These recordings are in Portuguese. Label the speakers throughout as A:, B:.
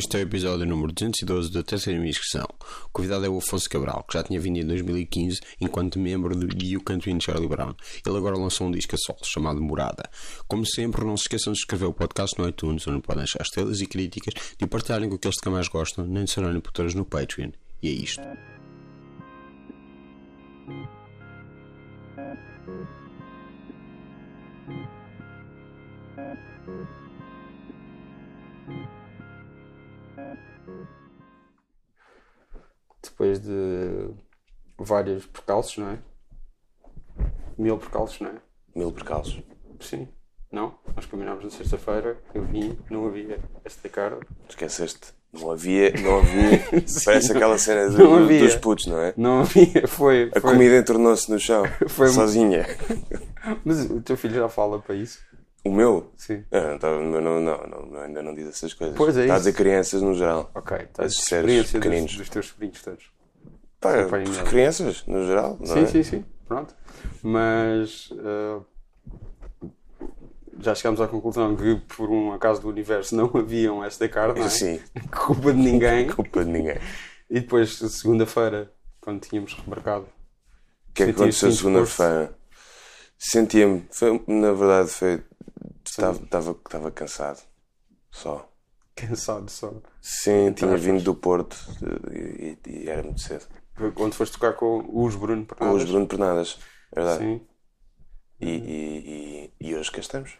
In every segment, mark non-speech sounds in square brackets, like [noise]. A: Este é o episódio número 212 da terceira inscrição. O convidado é o Afonso Cabral, que já tinha vindo em 2015 enquanto membro de You Can't Win Charlie Brown. Ele agora lançou um disco a solo, chamado Morada. Como sempre, não se esqueçam de escrever o podcast no iTunes, onde podem achar estrelas e críticas, de partilharem com aqueles que mais gostam, nem de serão imputores no Patreon. E é isto.
B: depois de vários percalços, não é? Mil percalços, não é?
A: Mil percalços.
B: Sim. Não? Nós combinámos na sexta-feira, eu vim, não havia esta cara.
C: Esqueceste. Não havia, não
B: [laughs]
C: havia. Parece aquela cena do-
B: Não havia.
C: dos putos, não é?
B: Não havia, [laughs] foi.
C: A
B: foi.
C: comida entornou-se no chão,
B: [laughs] Foi-
C: sozinha.
B: Mas o teu filho já fala para isso?
C: O meu?
B: Sim.
C: Ah, não, tá- o meu não, não, não, o meu ainda não diz essas coisas.
B: Pois é
C: Está a
B: isso.
C: dizer crianças no geral.
B: Ok, estás
C: Esses seres
B: experiência dos,
C: é pequeninos.
B: dos teus sobrinhos todos.
C: Pá,
B: Pai e mãe.
C: crianças no geral, não
B: Sim,
C: é?
B: sim, sim. Pronto. Mas ah, já chegámos à conclusão que por um acaso do universo não haviam esta carta, não é?
C: Sim.
B: [laughs] Culpa de ninguém.
C: [laughs] Culpa de ninguém.
B: E depois, segunda-feira, quando tínhamos remarcado, [laughs]
C: O que é que
B: Sentias-te
C: aconteceu
B: indisposto?
C: segunda-feira? Sentia-me, foi- na verdade, foi. Estava cansado. Só.
B: cansado só.
C: Sim, tinha vindo do Porto e, e- e era muito cedo.
B: Quando foste tocar com os Bruno
C: Com
B: Pernambuco.
C: os Bruno Pernadas, verdade.
B: Sim.
C: E, e, e, e hoje cá estamos.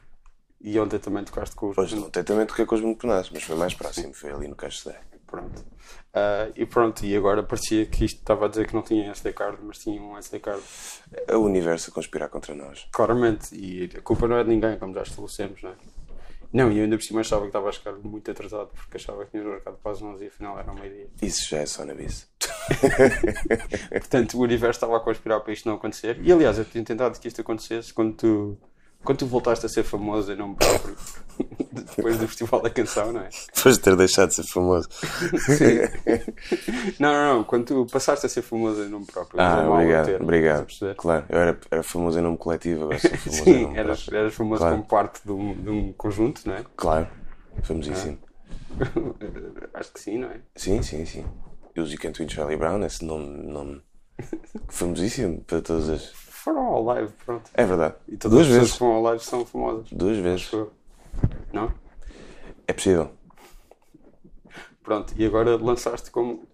B: E ontem também tocaste com os
C: Hoje
B: Bruno.
C: não tem também toquei com os Bruno Pernadas, mas foi mais próximo, foi ali no Caixa de Dé.
B: Pronto. Ah, e pronto, e agora parecia que isto estava a dizer que não tinha SD card, mas tinha um SD card.
C: O universo a conspirar contra nós.
B: Claramente. E a culpa não é de ninguém, como já estabelecemos, não é? Não, e eu ainda por cima achava que estava a chegar muito atrasado, porque achava que tinha marcado para as 11 e afinal era ao meio-dia.
C: Isso já é só na bis. [laughs]
B: Portanto, o universo estava a conspirar para isto não acontecer. E aliás, eu tinha tentado que isto acontecesse quando tu, quando tu voltaste a ser famoso em nome próprio, [laughs] depois do Festival da Canção, não é?
C: Depois de ter deixado de ser famoso.
B: Não, não, não, quando tu passaste a ser famoso em nome próprio. não é
C: Ah,
B: mau
C: obrigado,
B: termo,
C: obrigado.
B: estás a perceber?
C: Claro, eu era, era famoso em nome coletivo,
B: [laughs]
C: agora sou famoso em
B: Sim,
C: nome
B: eras,
C: próprio.
B: eras famoso
C: Claro.
B: como parte de um, de um conjunto, não é? [laughs]
C: Claro, famosíssimo.
B: Ah. Acho que sim, não é?
C: Sim, sim, sim. E os You Can't Win Charlie Brown, esse nome, nome famosíssimo para todas as.
B: Foram ao live, pronto.
C: É verdade.
B: E todas
C: Duas
B: as pessoas
C: vezes.
B: que vão ao live são famosas.
C: Duas vezes.
B: Não?
C: É possível.
B: Pronto, e agora lançaste como.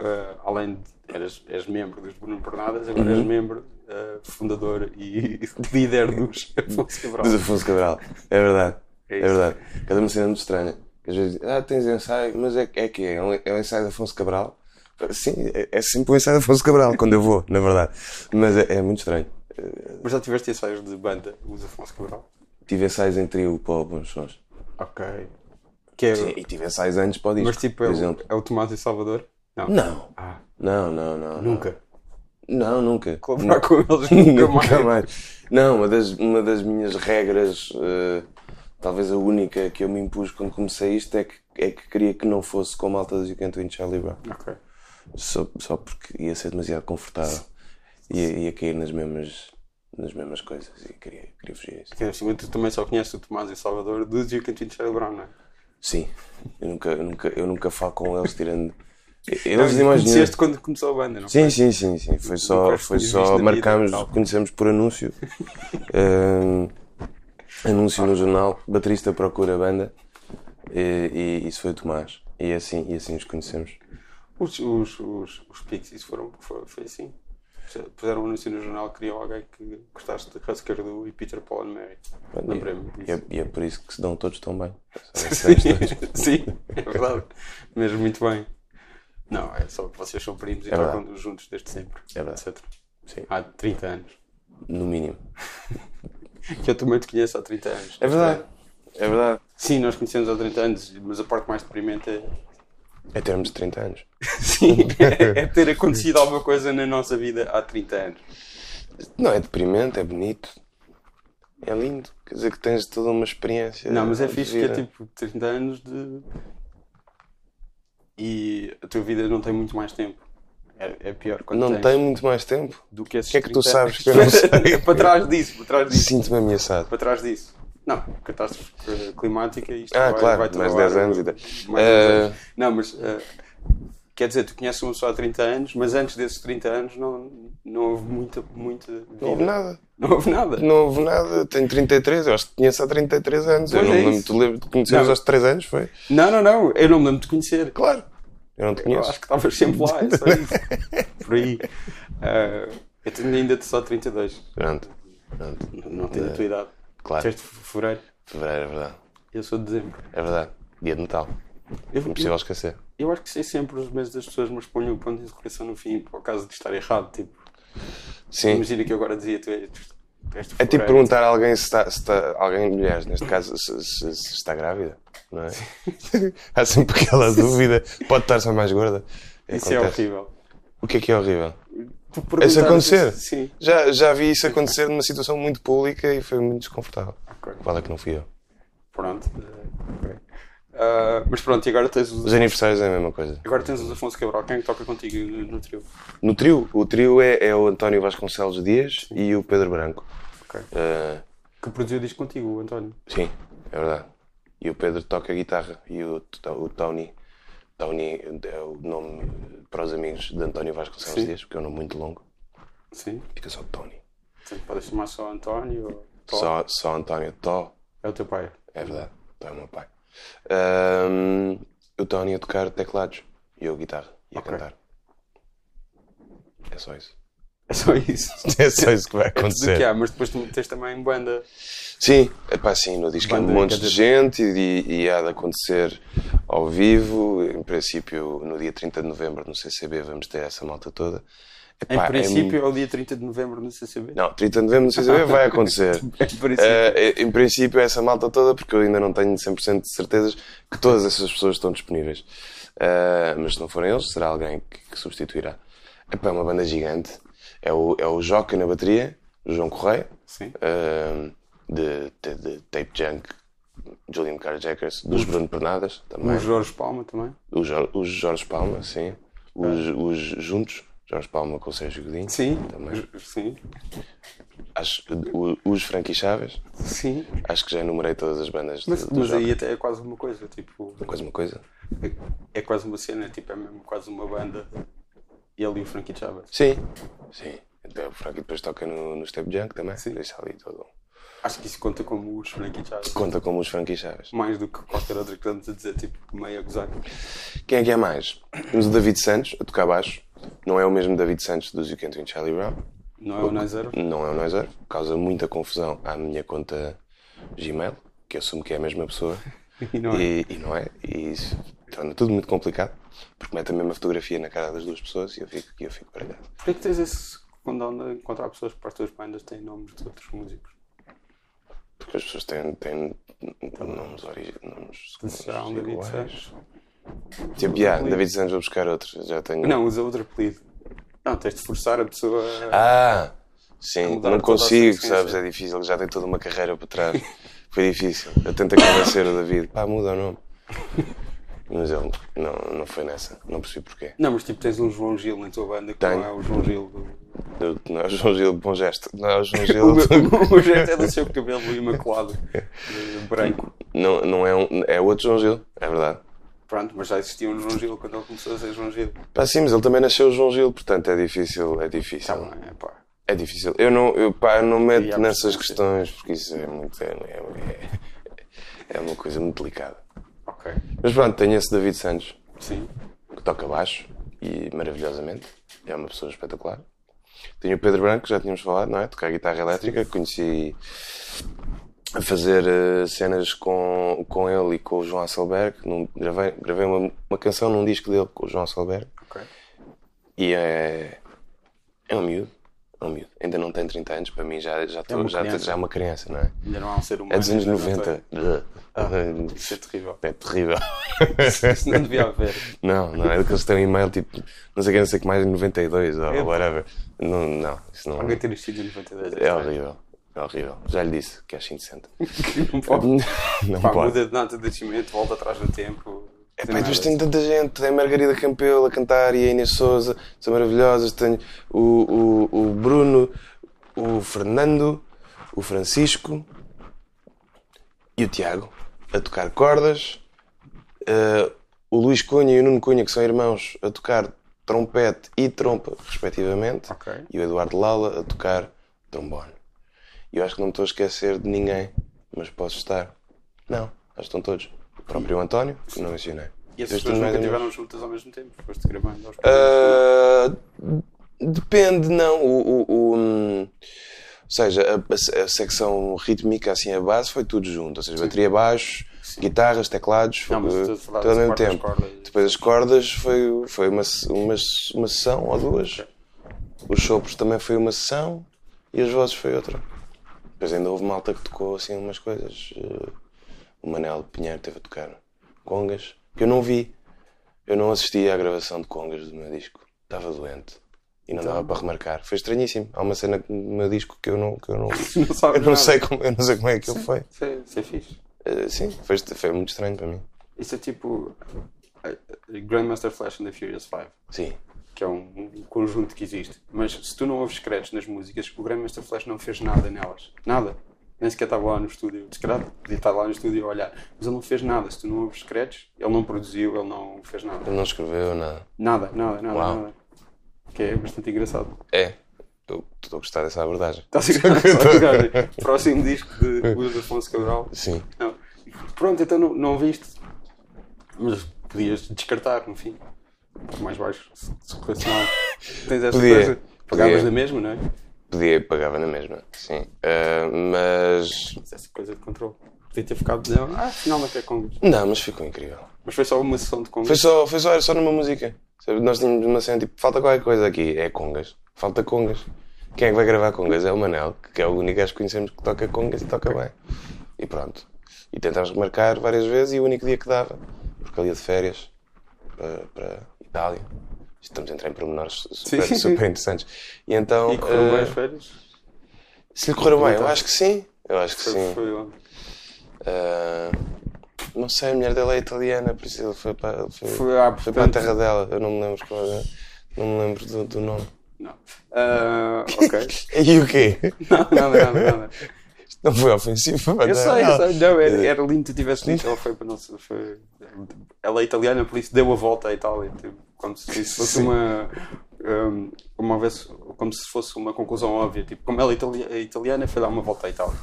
B: eh, além de. Eras, és membro dos Bruno Pernadas, agora
C: Uhum.
B: és membro, eh, fundador e [laughs] líder dos Afonso Cabral.
C: Dos Afonso Cabral. É verdade.
B: É
C: É,
B: isso.
C: verdade. Cada uma cena muito estranha. Que às vezes dizem, ah, tens ensaio, mas é, é que é? É um- É um ensaio de Afonso Cabral? Sim, é, é sempre um ensaio de Afonso Cabral quando eu vou, na verdade. Mas é, é muito estranho.
B: Mas já tiveste ensaios de banda, os Afonso Cabral?
C: Tive ensaios em trio para alguns sons.
B: Ok. Que é,
C: Sim, e tive ensaios antes para o disco,
B: mas tipo,
C: por
B: é o,
C: exemplo.
B: é o Tomás e Salvador? Não.
C: Não.
B: Ah,
C: Não, não, não.
B: nunca.
C: Não, nunca.
B: Colaborar com
C: [laughs]
B: eles nunca mais.
C: Nunca mais. Não, uma das, uma das minhas regras, eh, talvez a única que eu me impus quando comecei isto, é que, é que queria que não fosse com a malta do You Can't Win Charlie Brown.
B: Ok.
C: Só, só porque ia ser demasiado confortável. Ia, ia cair nas mesmas, nas mesmas coisas e queria, queria fugir a isso.
B: Que, assim, tu também só conheces o Tomás e Salvador do You Can't Win Charlie Brown, não é?
C: Sim, eu nunca, eu nunca, eu nunca falo com eles tirando.
B: Não,
C: Eles
B: Ah, e
C: imaginam.
B: Conheceste quando começou a banda, não?
C: Sim, sim, sim, sim. Foi só,
B: queres
C: foi
B: ter visto na
C: só
B: vida,
C: marcámos,
B: tal.
C: conhecemos por
B: [laughs]
C: anúncio. Ahm, anúncio no jornal, baterista procura banda. E, e isso foi o Tomás. E assim, e assim nos conhecemos.
B: Os, os, os, os Pixies foram, foi, foi assim. Puseram um anúncio no jornal que queriam alguém que gostasse de Husker Du e Peter Paul and Mary. Lembrei-me
C: E é,
B: disso.
C: e é por isso que se dão todos tão bem. é
B: Sim, [laughs] sim, é verdade. Mesmo muito bem. Não, é só que vocês são primos e
C: É verdade.
B: tocam juntos desde sempre.
C: É verdade.
B: etc.
C: Sim.
B: Há 30 anos. [laughs]
C: No mínimo.
B: Que eu também te conheço há 30 anos.
C: É verdade. É verdade.
B: Sim, nós conhecemos há 30 anos, mas a parte mais deprimente é [laughs]
C: É termos de 30 anos.
B: Sim, é ter acontecido alguma coisa na nossa vida há 30 anos.
C: Não é deprimente, é bonito. É lindo. Quer dizer que tens toda uma experiência.
B: Não, mas é
C: de
B: fixe que é
C: vida.
B: tipo 30 anos de. E e a tua vida não tem muito mais tempo. É, é pior quando
C: Não
B: tens
C: tenho muito mais tempo.
B: do que esses
C: que é que tu
B: 30
C: sabes que eu não
B: [laughs]
C: sei?
B: para trás disso, para trás disso,
C: Sinto-me ameaçado.
B: para trás disso. Não, catástrofe eh, climática isto
C: Ah,
B: vai,
C: claro,
B: vai toda
C: mais
B: hora,
C: 10 anos e tal.
B: mais 10
C: Eh,
B: anos. Não, mas eh, quer dizer, tu conheces uma pessoa há 30 anos, mas antes desses 30 anos não, não houve muita, muita vida.
C: Não houve nada.
B: Não houve nada.
C: Não houve nada. Tenho 33, eu acho que te conheço há 33 anos. eu
B: Pois
C: não
B: é
C: me lembro,
B: isso.
C: tu lembro de conheceres
B: Não.
C: aos 3 anos, foi?
B: Não, não, não, eu não me lembro de conhecer.
C: Claro. Eu não te
B: Eu
C: conheço.
B: acho que estavas sempre lá, é só isso. Por aí. Ah, eu tenho ainda só 32.
C: [laughs] Pronto. Pronto.
B: Não tenho a tua idade.
C: Claro.
B: Teste de fevereiro.
C: Fevereiro, é verdade.
B: Eu sou de dezembro.
C: É verdade. Dia de Natal.
B: Eu,
C: Impossível esquecer.
B: eu- eu acho que sei sempre os meses das pessoas, mas ponho o ponto de interrogação no fim, por causa de estar errado. Tipo,
C: Sim.
B: imagina que eu agora dizia tu és, tu és de
C: É tipo
B: fevereiro.
C: perguntar a alguém se está, se está- alguém, mulheres, neste caso, se, se- se está grávida, não é? [laughs] Há sempre
B: [laughs]
C: aquela dúvida, pode estar só mais gorda.
B: Isso é
C: Acontece.
B: horrível.
C: O que é que é horrível?
B: Tu
C: Isso
B: perguntares-
C: acontecer?
B: Sim.
C: Já, já vi isso acontecer numa situação muito pública e foi muito desconfortável.
B: Ok.
C: Qual é que não fui eu?
B: Pronto. ah, ok. Ah, mas pronto, e agora tens os.
C: Os aniversários é a mesma coisa.
B: Agora tens os Afonso Cabral, quem é que toca contigo no, no trio?
C: No trio, o trio é, é o António Vasconcelos Dias e o Pedro Branco.
B: Ok.
C: Ah,
B: Que produziu diz contigo, o António.
C: Sim, é verdade. E o Pedro toca guitarra e o, T- o Tony. Tony é o nome eh, para os amigos de António Vasconcelos
B: Sim.
C: Dias, porque é um nome muito longo.
B: Sim.
C: Fica só Tony.
B: Sim, podes chamar só António ou Tó.
C: Só, só António. Tó,
B: É o teu pai.
C: é verdade. Tó é o meu pai. Ahm, o Tony a tocar teclados e eu guitarra e a
B: Ok.
C: cantar. É só isso.
B: É só isso.
C: [laughs] É só isso que vai
B: Do que [laughs]
C: acontecer.
B: há, mas depois tu tens também banda.
C: Sim, epá, sim, no disco há um
B: Banda,
C: monte
B: quer
C: de gente e, e- e há de acontecer ao vivo. Em princípio, no dia 30 de novembro, no CCB, vamos ter essa malta toda.
B: Em
C: Epá, é
B: princípio
C: mu-
B: é o dia 30 de novembro no CCB.
C: Não, 30 de novembro no CCB [laughs] vai acontecer.
B: [laughs] Em princípio.
C: Eh, eh, em princípio, essa malta toda, porque eu ainda não tenho 100% de certezas que todas essas pessoas estão disponíveis. Eh, mas se não forem eles, será alguém que, que substituirá. Epá, é uma banda gigante. É o, é o Joca na bateria, o João Correia
B: Sim.
C: um, de, de- de Tape Junk, Julian Carjackers, dos Bruno Pernadas também,
B: O Jorge Palma também.
C: os, Jor- os Jorge Palma, sim, os, os Juntos, Jorge Palma com o Sérgio Godinho,
B: Ah. Sim.
C: também,
B: J- Sim.
C: acho, que o- os Frankie Chaves,
B: Sim.
C: acho que já enumerei todas as bandas do,
B: Mas,
C: do
B: mas
C: Joca.
B: aí até é quase uma coisa. Tipo,
C: Quase uma coisa?
B: é- é quase uma cena. Tipo, é mesmo quase uma banda. Ele e o Frankie Chaves.
C: Sim, sim. Então, o Frankie depois toca no, no Step Junk também,
B: Sim.
C: deixa ali todo. um-
B: Acho que isso conta como os Frankie Chaves.
C: Conta como os Frankie Chaves.
B: Mais do que qualquer outra que estamos a dizer, tipo, meio a gozar.
C: Quem é que é mais? Temos o David Santos a tocar baixo, não é o mesmo David Santos dos You Can't Win Charlie Brown.
B: Não é o Nazar?
C: não é o Noiser, causa muita confusão à minha conta Gmail, que eu assumo que é a mesma pessoa,
B: E não é.
C: e, e não é, e isso torna tudo muito complicado, porque mete a mesma fotografia na cara das duas pessoas e eu fico, e eu fico baralhado.
B: Porquê que tens esse condão de encontrar pessoas que para as tuas bandas têm nomes de outros músicos?
C: Porque as pessoas têm, têm nomes, origi- nomes
B: Será um Tá David Santos?
C: Tipo, yeah, David Santos vou buscar outro, já tenho.
B: Não, usa outro apelido. Não, tens de forçar a pessoa.
C: Ah! Sim,
B: mudar
C: não
B: toda a
C: consigo,
B: substância.
C: sabes? É difícil, ele já tem toda uma carreira por trás. [laughs] Foi difícil. Eu tentei convencer o David, pá, muda o
B: [laughs]
C: nome. Mas ele não, não foi nessa, não percebi porquê.
B: Não, mas tipo, tens um João Gil na tua banda que
C: Tenho.
B: não é o João Gil.
C: [laughs]
B: Do...
C: Eu- Não é o João Gil, bom gesto. Não é o João
B: [laughs] O, meu,
C: Gil.
B: o meu jeito é do seu cabelo
C: [laughs]
B: imaculado, eh, branco.
C: Não, não é um. É outro João Gil, é verdade.
B: Pronto, mas já existia um João Gil quando ele começou a ser João Gil.
C: Pá, sim, mas ele também nasceu João Gil, portanto é difícil, é difícil.
B: Tá bem, é pá.
C: É difícil. Eu não, eu, pá, eu não me
B: E
C: meto
B: há
C: nessas
B: perspectiva.
C: questões porque isso é muito. É, é, é uma coisa muito delicada.
B: Ok.
C: Mas pronto, tenho esse David Santos.
B: Sim.
C: que toca baixo e maravilhosamente. É uma pessoa espetacular. Tenho o Pedro Branco, já tínhamos falado, não é? Tocar guitarra elétrica, conheci a fazer eh, cenas com, com ele e com o João Asselberg. Num- gravei gravei uma, uma canção num disco dele com o João Asselberg.
B: Ok.
C: E é. É um miúdo. É um miúdo. Ainda não tem 30 anos, para mim já, já, tô-
B: uma
C: já,
B: criança.
C: já é uma criança, não é?
B: Ainda não há um ser humano.
C: É dos anos
B: ainda não tem.
C: 90.
B: Isso é terrível.
C: [laughs] É terrível.
B: Isso não
C: [laughs]
B: devia haver.
C: Não, não, é daqueles que têm um e-mail tipo, não sei quem, não sei que mais, 92 ou whatever. Não, não, isso não
B: Alguém ter nascido em 92.
C: é horrível. É horrível. Já lhe disse é
B: [laughs]
C: que acho indecente.
B: Não pode.
C: Não
B: Pá,
C: pode.
B: muda de data de nascimento, volta atrás no tempo.
C: É,
B: Tem
C: pá, e
B: mais
C: depois tenho tanta gente, tem a Margarida Campelo a cantar e a Inês Souza, são maravilhosas, tenho o, o, o Bruno, o Fernando, o Francisco e o Tiago a tocar cordas, eh, o Luís Cunha e o Nuno Cunha, que são irmãos, a tocar trompete e trompa, respectivamente,
B: Ok.
C: e o Eduardo Lala a tocar trombone. E eu acho que não me estou a esquecer de ninguém, mas posso estar. Não, acho que estão todos. O próprio António, que não mencionei.
B: E
C: Depois
B: essas pessoas
C: tenho mais
B: nunca
C: amigos.
B: tiveram juntas ao mesmo tempo, depois de gravando aos
C: Ah, depende, não. O, o- o, hum, ou seja, a, a- a secção rítmica, assim, a base, foi tudo junto. Ou seja, bateria, baixo, guitarras, teclados,
B: Não, mas
C: eh,
B: estou a falar
C: tudo ao
B: das
C: mesmo
B: cordas,
C: tempo.
B: cordas.
C: Depois as cordas foi, foi uma, se- uma, se- uma sessão ou duas. Os sopros também foi uma sessão e as vozes foi outra. Depois ainda houve malta que tocou assim umas coisas. eh, O Manel Pinheiro teve a tocar congas, que eu não vi. Eu não assisti à gravação de congas do meu disco. Estava doente. E não dava para remarcar. Foi estranhíssimo. Há uma cena no meu disco que eu não. Que eu não,
B: Não sabes
C: eu não
B: nada.
C: sei como, eu não sei como é que ele foi.
B: Isso é, isso é fixe.
C: Eh, sim, foi, est- foi muito estranho para mim.
B: Isso é tipo eh, eh, Grandmaster Flash and the Furious 5.
C: Sim.
B: que é um, um conjunto que existe. Mas se tu não ouves créditos nas músicas, o Grandmaster Flash não fez nada nelas. Nada. Nem sequer estava lá no estúdio. Se calhar podia estar lá no estúdio a olhar. Mas ele não fez nada. Se tu não ouves créditos, ele não produziu, ele não fez nada.
C: Ele não escreveu nada.
B: Nada, nada, nada,
C: Uau.
B: nada. Que é bastante engraçado.
C: É. Eu estou a gostar dessa abordagem.
B: Está a ser engraçado. Próximo disco de Luís Afonso Cabral.
C: Sim.
B: Não. Pronto, então não, não viste. Mas podias descartar, no fim. Mais baixo, se se [laughs] relacionar. Tens essa
C: Podia.
B: coisa. Pagavas
C: Podia.
B: na mesma, não é?
C: Podia, pagava na mesma. Sim. Ah, mas.
B: Mas essa coisa de controle. Podia ter ficado dizendo, ah, afinal não quer Congos.
C: Não, mas ficou incrível.
B: Mas foi só uma sessão de
C: Foi
B: Congos.
C: só, foi só, era só numa música. Sabe, Nós tínhamos uma cena tipo, falta qualquer coisa aqui. É congas. Falta congas. Quem é que vai gravar congas? É o Manel, que é o único gajo que conhecemos que toca congas e toca bem. E pronto. E tentámos remarcar várias vezes e o único dia que dava, porque ele ia de férias para, para Itália. Estamos a entrar em pormenores super,
B: Sim.
C: super interessantes. E então.
B: E correu bem
C: ah,
B: as férias.
C: Se lhe correu bem, eu acho que sim. Eu acho que
B: Foi,
C: sim.
B: foi onde?
C: Ah, não sei, a mulher dela é italiana, por isso ele foi para, ele foi,
B: Foi, ah,
C: foi para a
B: portanto-
C: terra dela. Eu não me lembro qual era. Não me lembro do, do nome. [laughs]
B: Não. Ah, ok.
C: E o quê?
B: [laughs] Não, nada, nada, nada.
C: Isto não É. foi ofensivo para
B: Eu sei, eu
C: nada.
B: sei. Não, era, era lindo que tu tivesse dito. Ela foi para não sei, foi... Ela é italiana, por isso deu a volta à Itália. Tipo, como se isso fosse
C: Sim.
B: uma. Um, uma vez, como se fosse uma conclusão óbvia. Tipo, como ela é itali- é italiana, foi dar uma volta à Itália.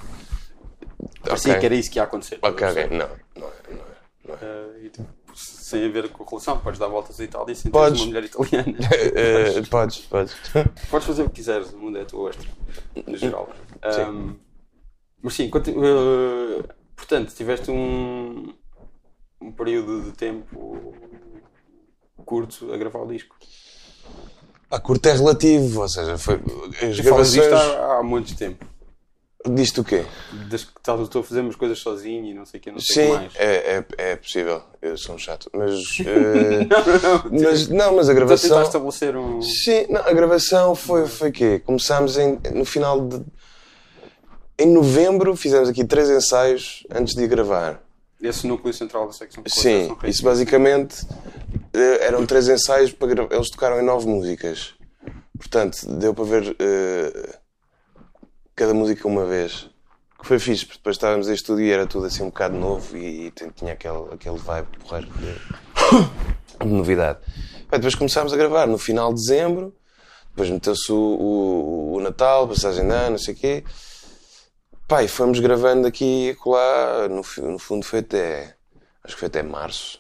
B: Parecia
C: Ok.
B: que era isso que ia acontecer.
C: Ok, ok. Não, não é. Não é, não é.
B: Eh, e, tipo, sem haver com relação, podes dar voltas à Itália sem teres
C: Podes.
B: uma mulher italiana.
C: [laughs] Eh, podes, podes. [laughs]
B: podes fazer o que quiseres, o mundo é teu ostro, no geral. Ahm, mas sim, continu- eh, portanto, tiveste um, um período de tempo curto a gravar o disco.
C: A curta é relativo, ou seja, foi. As
B: Tu falas
C: gravações.
B: disto há, há muito tempo.
C: Disto o quê?
B: Desde que estás- estou a fazer umas coisas sozinho e não sei o que, não sei o
C: Sim,
B: que mais.
C: é, é, é possível. Eu sou um chato. [laughs] Mas. eh,
B: [laughs] Não, não,
C: mas não, mas a
B: Estou a tentar
C: gravação.
B: estabelecer um.
C: Sim, não, a gravação foi, foi quê? Começámos em, no final de. Em novembro fizemos aqui três ensaios antes de gravar.
B: Esse núcleo central da secção de
C: Sim,
B: correção
C: isso basicamente eh, eram três ensaios para gravar. Eles tocaram em nove músicas. Portanto, deu para ver eh, cada música uma vez. Que foi fixe, porque depois estávamos em estúdio e era tudo assim um bocado novo e, e tem- tinha aquele, aquele vibe porreiro de, de [coughs] novidade. Bem, depois começámos a gravar no final de dezembro, depois meteu-se o, o, o Natal, passagem de ano, não sei o quê. Pá, e fomos gravando aqui e acolá, no, fi- no fundo foi até. Acho que foi até março.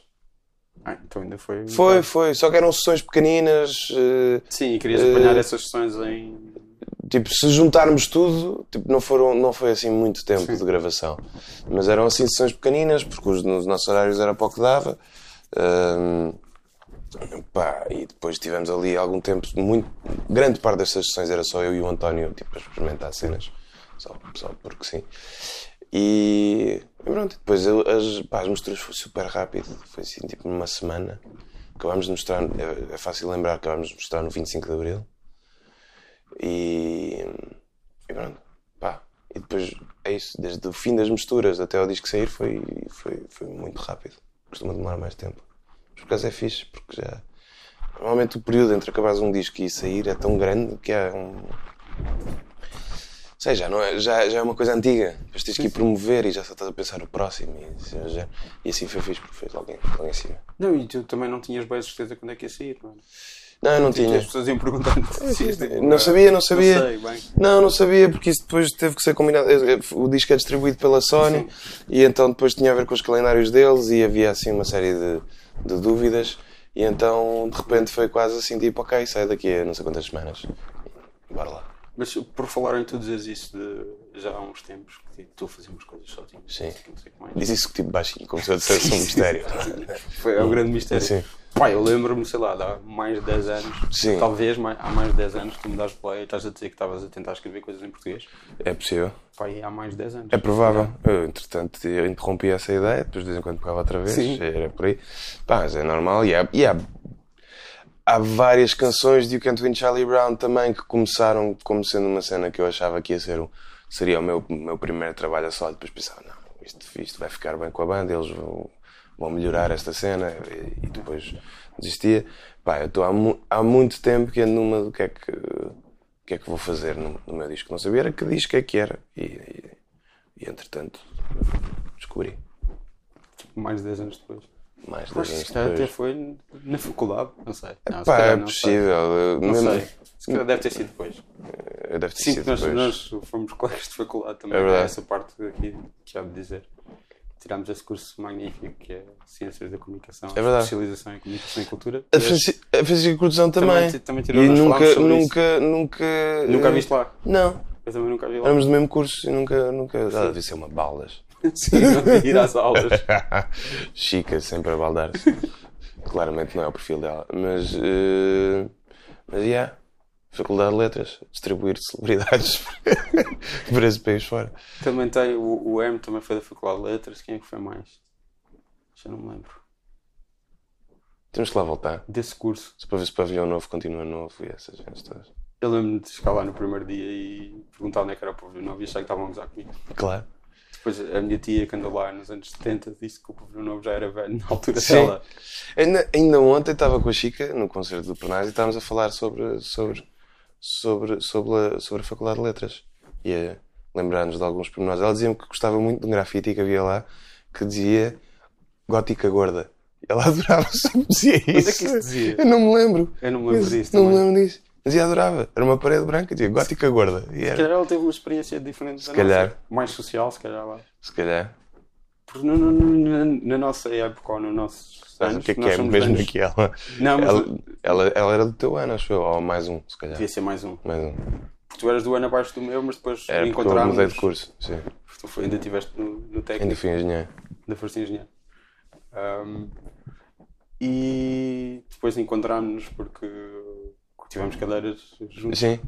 B: Ah, então ainda foi.
C: Foi, foi, só que eram sessões pequeninas, eh,
B: Sim, e querias apanhar essas sessões em.
C: tipo, se juntarmos tudo, tipo, não, foram, não foi assim muito tempo de gravação. Mas eram assim sessões pequeninas, porque os, nos nossos horários era para o que dava. Ahm, pá, e depois tivemos ali algum tempo, muito, grande parte dessas sessões era só eu e o António, tipo, a experimentar cenas, só, só porque sim. E pronto, depois eu- as, pá, as misturas foi super rápido, foi assim, tipo, numa semana. Acabámos de mostrar, é, é fácil lembrar, acabámos de mostrar no 25 de Abril. E, e pronto, pá. E depois é isso, desde o fim das misturas até o disco sair foi, foi, foi muito rápido. Costuma demorar mais tempo. Por acaso é fixe, porque já. Normalmente o período entre acabares um disco e sair é tão grande que é um. Sei, já, não é, já, já é uma coisa antiga. Depois tens que ir promover e já só estás a pensar no próximo. E, assim, já- e assim foi fixe, porque fez logo em, logo em cima.
B: Não, e tu também não tinhas bem a certeza quando é que ia sair, mano.
C: Não, eu não tinha.
B: As pessoas iam perguntar
C: Não sabia, não sabia.
B: é? sei, bem.
C: Não, não sabia, porque isso depois teve que ser combinado. O disco é distribuído pela Sony e então depois tinha a ver com os calendários deles e havia assim uma série de, de dúvidas. E então de repente foi quase assim tipo, ok, sai daqui a não sei quantas semanas. Bora lá.
B: Mas por falar em tu dizes isso de, já há uns tempos, que tipo, tu fazíamos coisas sozinho.
C: Sim.
B: Não sei como é.
C: Diz isso tipo baixinho, como se eu dissesse um mistério.
B: Foi é um grande mistério.
C: Sim.
B: Pá, eu lembro-me, sei lá, de há mais de 10 anos,
C: Sim.
B: talvez mais- há mais de 10 anos, tu me das play e estás a dizer que estavas a tentar escrever coisas em português.
C: É possível.
B: Pá, e há mais de 10 anos.
C: É provável. Eu, entretanto, eu interrompi essa ideia, depois de vez em quando pegava outra vez,
B: Sim.
C: era por aí. Pá, mas é normal. E há, e há, há várias canções de You Can't Win Charlie Brown também que começaram como sendo uma cena que eu achava que ia ser o, seria o meu, meu primeiro trabalho a solo. Depois pensava, não, isto, isto vai ficar bem com a banda, eles vão, vão melhorar esta cena. E, e depois desistia. Pá, eu estou há, mu- há muito tempo que ando numa do que é que. O que é que vou fazer no, no meu disco? Não sabia era que disco é que era. E- e, e entretanto, descobri.
B: Mais de 10 anos depois.
C: Mais de 10
B: Mas se
C: anos
B: calhar até
C: depois.
B: foi na faculdade, não sei. Não, se
C: Pá,
B: calhar
C: é
B: não
C: possível. eu-
B: Sei.
C: mesmo-
B: Não sei. Se calhar deve ter sido depois.
C: Eu deve ter
B: Sim,
C: sido
B: que nós,
C: é depois.
B: nós fomos [laughs] colegas de faculdade também.
C: É verdade.
B: Essa parte aqui que há de dizer. Tirámos esse curso magnífico que é Ciências da Comunicação,
C: É verdade.
B: Especialização em Comunicação e Cultura.
C: A Franci- A Francisca Cruzão também.
B: ti- também tirou,
C: E
B: nós
C: nunca,
B: falámos sobre
C: nunca, nunca.
B: Nunca a
C: eh,
B: viste lá?
C: Não.
B: Eu também nunca vi lá.
C: Éramos do mesmo curso e nunca. nunca... Ah, devia ser uma balas.
B: [laughs] Sim, não ir às aulas.
C: [laughs] Chica, sempre a baldar-se. Claramente não é o perfil dela. Mas. eh, Mas, yeah. Faculdade de Letras. Distribuir celebridades [laughs] por esse país fora.
B: Também tem o, o M, também foi da Faculdade de Letras. Quem é que foi mais? Já não me lembro.
C: Temos que lá voltar.
B: Desse curso.
C: Só para ver se o pavilhão novo continua novo e essas coisas todas.
B: Eu lembro-me de chegar lá no primeiro dia e perguntar onde é que era o pavilhão novo e achar que estavam a gozar comigo.
C: Claro.
B: Depois a minha tia, que andou lá nos anos 70, disse que o pavilhão novo já era velho na altura
C: Sim.
B: dela.
C: Ainda, ainda ontem estava com a Chica no concerto do Pernás e estávamos a falar sobre, sobre, sobre, sobre, a, sobre a Faculdade de Letras. E a lembrar-nos de alguns pormenores. Ela dizia-me que gostava muito de um grafite que havia lá que dizia Gótica Gorda. Ela [laughs] adorava sempre dizia isso.
B: é que isso dizia?
C: Eu não me lembro.
B: Eu não me lembro
C: Mas-
B: disso
C: Não me
B: também.
C: lembro disso. Mas eu adorava. Era uma parede branca, dizia Gótica Gorda. E
B: Se
C: era,
B: calhar ela teve uma experiência diferente da
C: calhar.
B: nossa. Mais social, se calhar lá.
C: se calhar.
B: Porque no- no- no- na, na nossa época ou nos nossos
C: Sabes
B: anos,
C: o que é que
B: nós
C: é
B: somos
C: mesmo
B: anos-
C: aqui ela?
B: Não, mas-
C: ela, ela, ela era do teu ano, acho eu, ou mais um, se calhar.
B: Devia ser mais um.
C: Mais um.
B: Porque tu eras do ano abaixo do meu, mas depois
C: Era porque eu
B: encontrámos.
C: mudei de curso, sim.
B: Porque tu foi- ainda estiveste no, no técnico
C: Ainda fui engenheiro.
B: da Força Engenharia. Ahm, e depois encontrámos-nos porque tivemos cadeiras juntos.
C: Sim,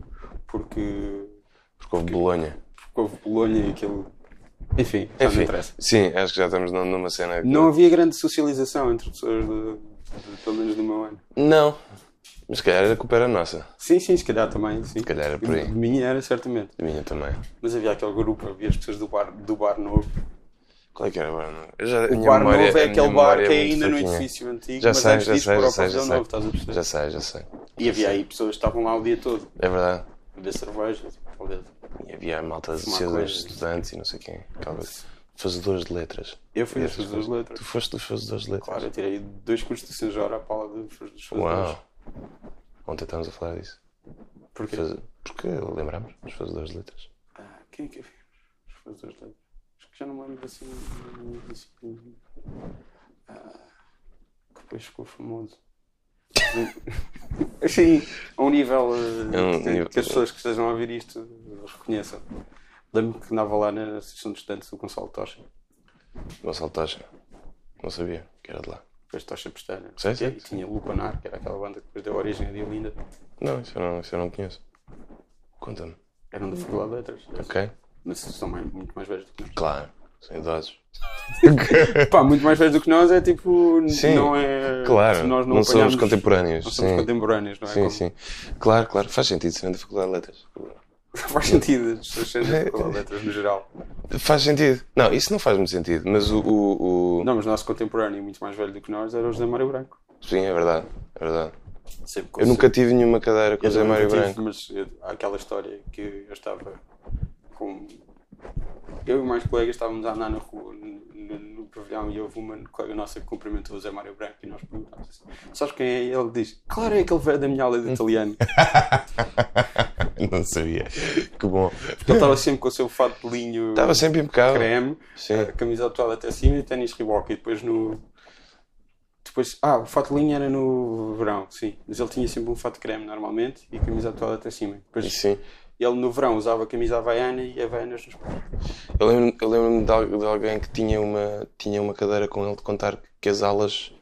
B: Porque,
C: porque houve Bolonha.
B: porque houve Bolonha e aquilo. Enfim, já não
C: Enfim,
B: interessa.
C: sim, acho que já estamos num- numa cena. que-
B: Não havia grande socialização entre pessoas, de, de- pelo menos do meu ano.
C: Não. Mas se calhar a culpa era nossa.
B: Sim, sim, se calhar também. Sim. Se
C: calhar era por aí.
B: De mim era, certamente.
C: A minha também.
B: Mas havia aquele grupo, havia as pessoas do bar, do bar novo.
C: Qual é que era o bar novo? Eu já- a
B: O
C: minha
B: bar
C: memória-
B: novo é
C: a minha
B: aquele bar
C: memória é
B: que é
C: muito
B: ainda no
C: fraquinha.
B: edifício antigo,
C: Já
B: mas
C: sei,
B: antes
C: já
B: disso
C: sei,
B: para
C: já
B: o
C: sei, já
B: pavilhão novo, estás a
C: sei.
B: perceber?
C: Já sei, já sei.
B: E havia aí pessoas que estavam lá o dia todo,
C: É verdade.
B: a beber cerveja, tipo, a beber-
C: E havia a malta de
B: Fumar
C: associadores,
B: coisas.
C: estudantes e não sei quem. Calma. Fazedores de letras.
B: Eu fui dos
C: Essas
B: Fazedores de
C: coisas.
B: Letras.
C: Tu foste dos fazedores de letras.
B: Claro, eu tirei dois cursos de Sejora à pala dos dos fazedores.
C: Uau. Ontem estávamos a falar disso.
B: Porquê?
C: Faze- Porque lembrámos dos fazedores de letras.
B: Ah, quem é que é? Os fazedores de letras. Acho que já não me lembro assim. não me lembro assim. Ah, que depois ficou famoso.
C: [laughs]
B: Assim, a um nível eh,
C: É um
B: que,
C: nível-
B: que as pessoas que estejam a ouvir isto reconheçam. Lembro-me que andava lá na Associação de Estudantes do Gonçalo Tocha.
C: Gonçalo Tocha. Não sabia que era de lá.
B: depois Tocha Pestana.
C: Sim, sim,
B: E tinha Lupanar, que era aquela banda que depois deu origem a Diolinda.
C: Não, isso eu não, isso eu não conheço. Conta-me.
B: Eram um da Faculdade de Letras.
C: Ok?
B: Mas são mais- muito mais velhos do que nós.
C: Claro. São idosos.
B: Pá, muito mais velhos do que nós é tipo. n-
C: Sim,
B: não é.
C: Claro.
B: Nós não,
C: Não, somos
B: apanhamos-
C: contemporâneos.
B: Não somos
C: sim.
B: contemporâneos, não é?
C: Sim,
B: Como-
C: sim. Claro, claro. Faz sentido serem da Faculdade de Letras.
B: [laughs] Faz sentido as cenas com letras no geral.
C: Faz sentido. Não, isso não faz muito sentido, mas o. o, o-
B: Não, mas o nosso contemporâneo, muito mais velho do que nós, era o José Mário Branco.
C: Sim, é verdade. É verdade.
B: Sempre com
C: Eu nunca tive nenhuma cadeira com o
B: Eu
C: Zé
B: também
C: Mário
B: nunca
C: Branco.
B: tive, Mas eu- há aquela história que eu estava com. Eu e mais colegas estávamos a andar na rua, no, no- no pavilhão, e houve uma colega nossa que cumprimentou o Zé Mário Branco e nós perguntámos assim: Sabes quem é? E ele diz: Claro, é aquele velho da minha aula
C: [laughs]
B: de italiano.
C: Não sabia. Que bom.
B: Porque ele estava sempre com o seu fato de linho
C: Estava sempre impecável.
B: creme,
C: Sim.
B: a camisa atual até cima e ténis Reebok. E depois no. Depois, ah, o fato de linho era no verão, sim. Mas ele tinha sempre um fato de creme normalmente e camisa atual até cima. Depois
C: E Sim.
B: Ele no verão usava camisa havaiana e havaianas nos pés.
C: Eu lembro-me eu lembro-me de, al- de alguém que tinha uma, tinha uma cadeira com ele de contar que as aulas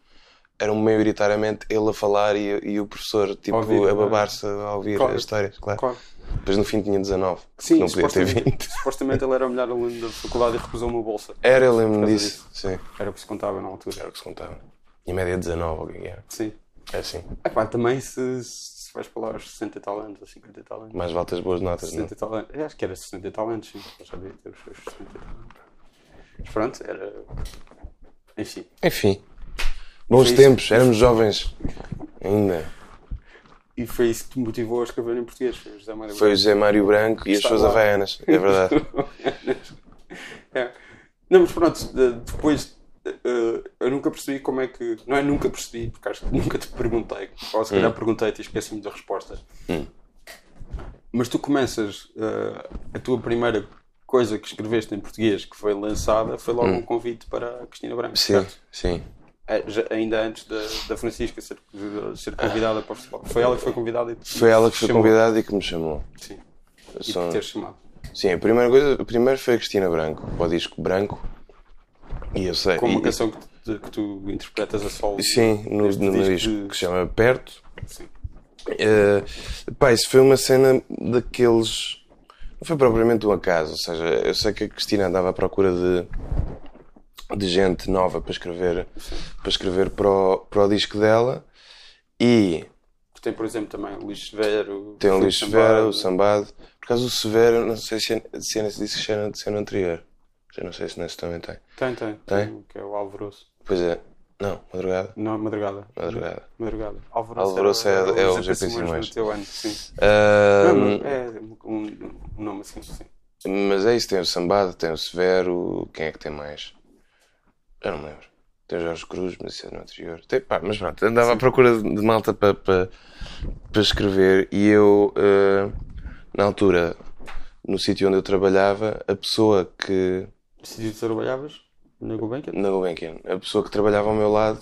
C: eram maioritariamente ele a falar e, e o professor tipo,
B: Ouvir,
C: a babar-se a ouvir
B: é? Claro.
C: as histórias, claro.
B: Claro.
C: Depois no fim tinha 19, que
B: Sim,
C: não podia ter
B: supostamente,
C: 20.
B: [laughs] supostamente ele era o melhor aluno da faculdade e recusou uma bolsa.
C: Era, eu lembro-me
B: causa
C: disso. Sim,
B: Era o que se contava na altura.
C: era o que se contava. Em média 19, ou o que é que era?
B: Sim.
C: É assim.
B: Epá, também se, se vais para lá aos 60 e tal anos ou 50 e tal anos.
C: Mais vale as boas notas, não? é?
B: 60 e tal anos. Eu acho que era 60 e tal anos, sim. Eu já devia ter os seus 60 e tal anos. Mas pronto, era. Enfim.
C: Enfim. Bons
B: Foi isso.
C: tempos, éramos jovens. Ainda.
B: E foi isso que te motivou a escrever em português. Foi o José Mário
C: Foi o José Mário Branco e as
B: Está
C: suas
B: lá.
C: havaianas. É verdade.
B: [laughs] É. Não, mas pronto, de- depois eh, eh, eu nunca percebi como é que. Não é nunca percebi, porque acho que nunca te perguntei. Ou se calhar perguntei-te e esqueci-me da resposta. Mas tu começas eh, a tua primeira coisa que escreveste em português que foi lançada foi logo um convite para a Cristina Branco.
C: Sim,
B: certo?
C: sim.
B: Eh, já- ainda antes da, da Francisca ser, ser convidada para o festival. Foi ela que foi convidada e
C: Foi ela que foi
B: Chamou.
C: convidada e que me chamou.
B: Sim,
C: Eu
B: e
C: sou-
B: por ter chamado.
C: Sim, a primeira coisa, primeiro foi a Cristina Branco, para o disco Branco. E eu sei.
B: Como
C: e-
B: uma canção que, tu- que tu interpretas a solo.
C: e- sim, no,
B: Este
C: no meu
B: disco
C: disco
B: de-
C: que se chama Perto.
B: Sim.
C: Eh, pá, isso foi uma cena daqueles. Não foi propriamente um acaso, ou seja, eu sei que a Cristina andava à procura de, de gente nova para escrever, para, escrever para, o, para o disco dela e
B: Que tem, por exemplo, também o Luís Severo.
C: tem o
B: Filipe
C: Luís Severo,
B: Sambado.
C: o Sambado. Por acaso o Severo, não sei se é- se é nesse disco se é no- se é no anterior. Já não sei se nesse também tem.
B: Tem, tem.
C: Tem?
B: Que é o Alvoroço.
C: Pois é, não, madrugada.
B: Não, Madrugada.
C: Madrugada.
B: Madrugada. Alvoroço,
C: Ah.
B: um
C: Alvoroço é- é o
B: José
C: GP
B: Simões
C: Simões.
B: No teu ano, sim.
C: Ah,
B: Não, não, é um, um nome assim, sim.
C: Mas é isso, tem o Sambado, tem o Severo, quem é que tem mais? Eu não me lembro. Tem o Jorge Cruz, mas isso é no anterior. Tem, pá, mas pronto, andava à procura de de malta para pa, pa escrever e eu, eh, na altura, no sítio onde eu trabalhava, a pessoa que.
B: Decidiu que trabalhavas na Gulbenkian?
C: Na Gulbenkian, a pessoa que trabalhava ao meu lado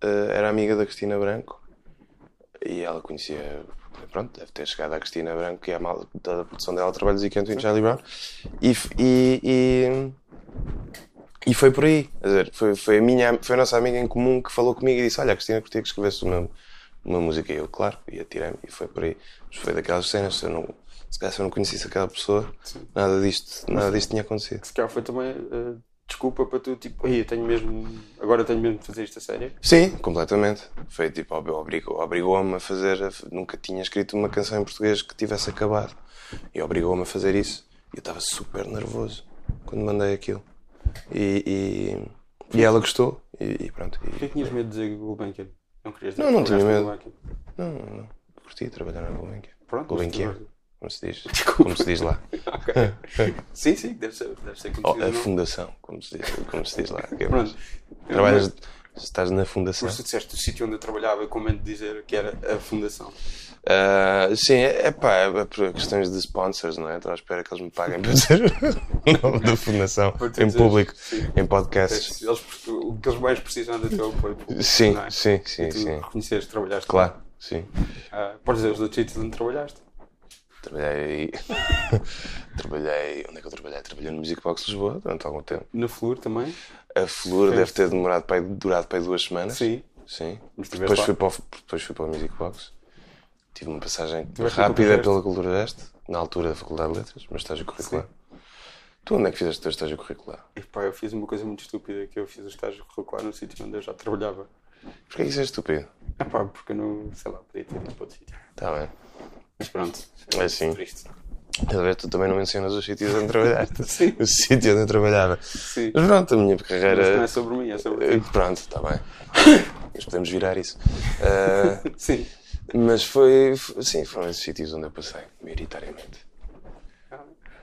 C: eh, era amiga da Cristina Branco e ela conhecia. Pronto, deve ter chegado à Cristina Branco e à malta da produção dela, trabalhos e Canto e Charlie Brown. E, f- e, e, e foi por aí. Quer dizer, foi, foi, a minha, foi a nossa amiga em comum que falou comigo e disse: Olha, a Cristina curtia que escrevesse uma, uma música. E eu, claro, e atirei-me. E foi por aí. Mas foi daquelas cenas. Se, eu não, se calhar se eu não conhecesse aquela pessoa, nada disto, nada disto tinha acontecido.
B: Se calhar foi também eh, desculpa para tu, tipo, "Ei, eu tenho mesmo. Agora tenho mesmo de fazer isto a sério.
C: Sim, completamente. Foi tipo, ob- obrigou- obrigou-me a fazer. a f- Nunca tinha escrito uma canção em português que tivesse acabado. E obrigou-me a fazer isso. E eu estava super nervoso quando mandei aquilo. E, e, e ela gostou. E, e pronto.
B: Porquê
C: E,
B: que tinhas medo de dizer Gulbenkian? Não querias dizer
C: Não, não
B: que
C: tinha
B: trabalhaste na
C: medo.
B: Gulbenkian?
C: não, não, não. Curti trabalhar na Gulbenkian.
B: Pronto, é um mas
C: Gulbenkian.
B: tu-
C: Como se diz, como se diz
B: [laughs]
C: lá.
B: Sim, sim, deve ser, deve ser
C: Oh,
B: conhecido.
C: a
B: não?
C: fundação, como se diz, como se diz lá. Que é-
B: Pronto.
C: Trabalhas, estás na fundação.
B: Mas tu disseste o sítio onde eu trabalhava, eu comento dizer que era a fundação.
C: Ah, sim, é é pá, é por questões de sponsors, não é? Estou à espera que eles me paguem para dizer [laughs] o nome da fundação
B: tu
C: em
B: dizeres,
C: público,
B: sim.
C: em podcasts.
B: Eles, o que eles mais precisam é do teu apoio. público,
C: Sim,
B: não é?
C: sim, sim,
B: E tu
C: sim.
B: reconheceste, trabalhaste.
C: Claro, sim.
B: Ah, podes dizer os outros sítios onde trabalhaste.
C: Trabalhei. [laughs] Trabalhei. Onde é que eu trabalhei? Trabalhei no Music Box Lisboa durante algum tempo.
B: Na Flor também.
C: A Flor deve ter demorado para aí- durado para aí duas semanas.
B: Sim.
C: Sim.
B: Mas estiveste
C: Depois
B: lá.
C: fui, para o, depois fui para o Music Box. Tive uma passagem
B: Tiveste na
C: rápida
B: Cultura
C: pela Cultura Veste, na altura da Faculdade de Letras, meu estágio curricular. Tu onde é que fizeste o teu estágio curricular?
B: E, pá, eu fiz uma coisa muito estúpida, que eu fiz o estágio curricular no sítio onde eu já trabalhava.
C: Porquê que isso é estúpido?
B: Ah, pá, porque eu não, sei lá, podia ter ido para outro sítio.
C: Tá bem.
B: Mas pronto.
C: É assim.
B: Triste.
C: Estás a ver? Tu também não mencionas os sítios onde
B: [laughs]
C: trabalhaste. O sítio onde eu trabalhava.
B: Sim.
C: Mas pronto, a minha
B: Mas não é
C: carreira.
B: sobre mim, é sobre
C: eh,
B: ti.
C: Pronto, está bem. [coughs] Mas podemos virar isso. Ah,
B: [laughs] Sim.
C: mas foi. f- Sim, foram esses sítios onde eu passei, maioritariamente.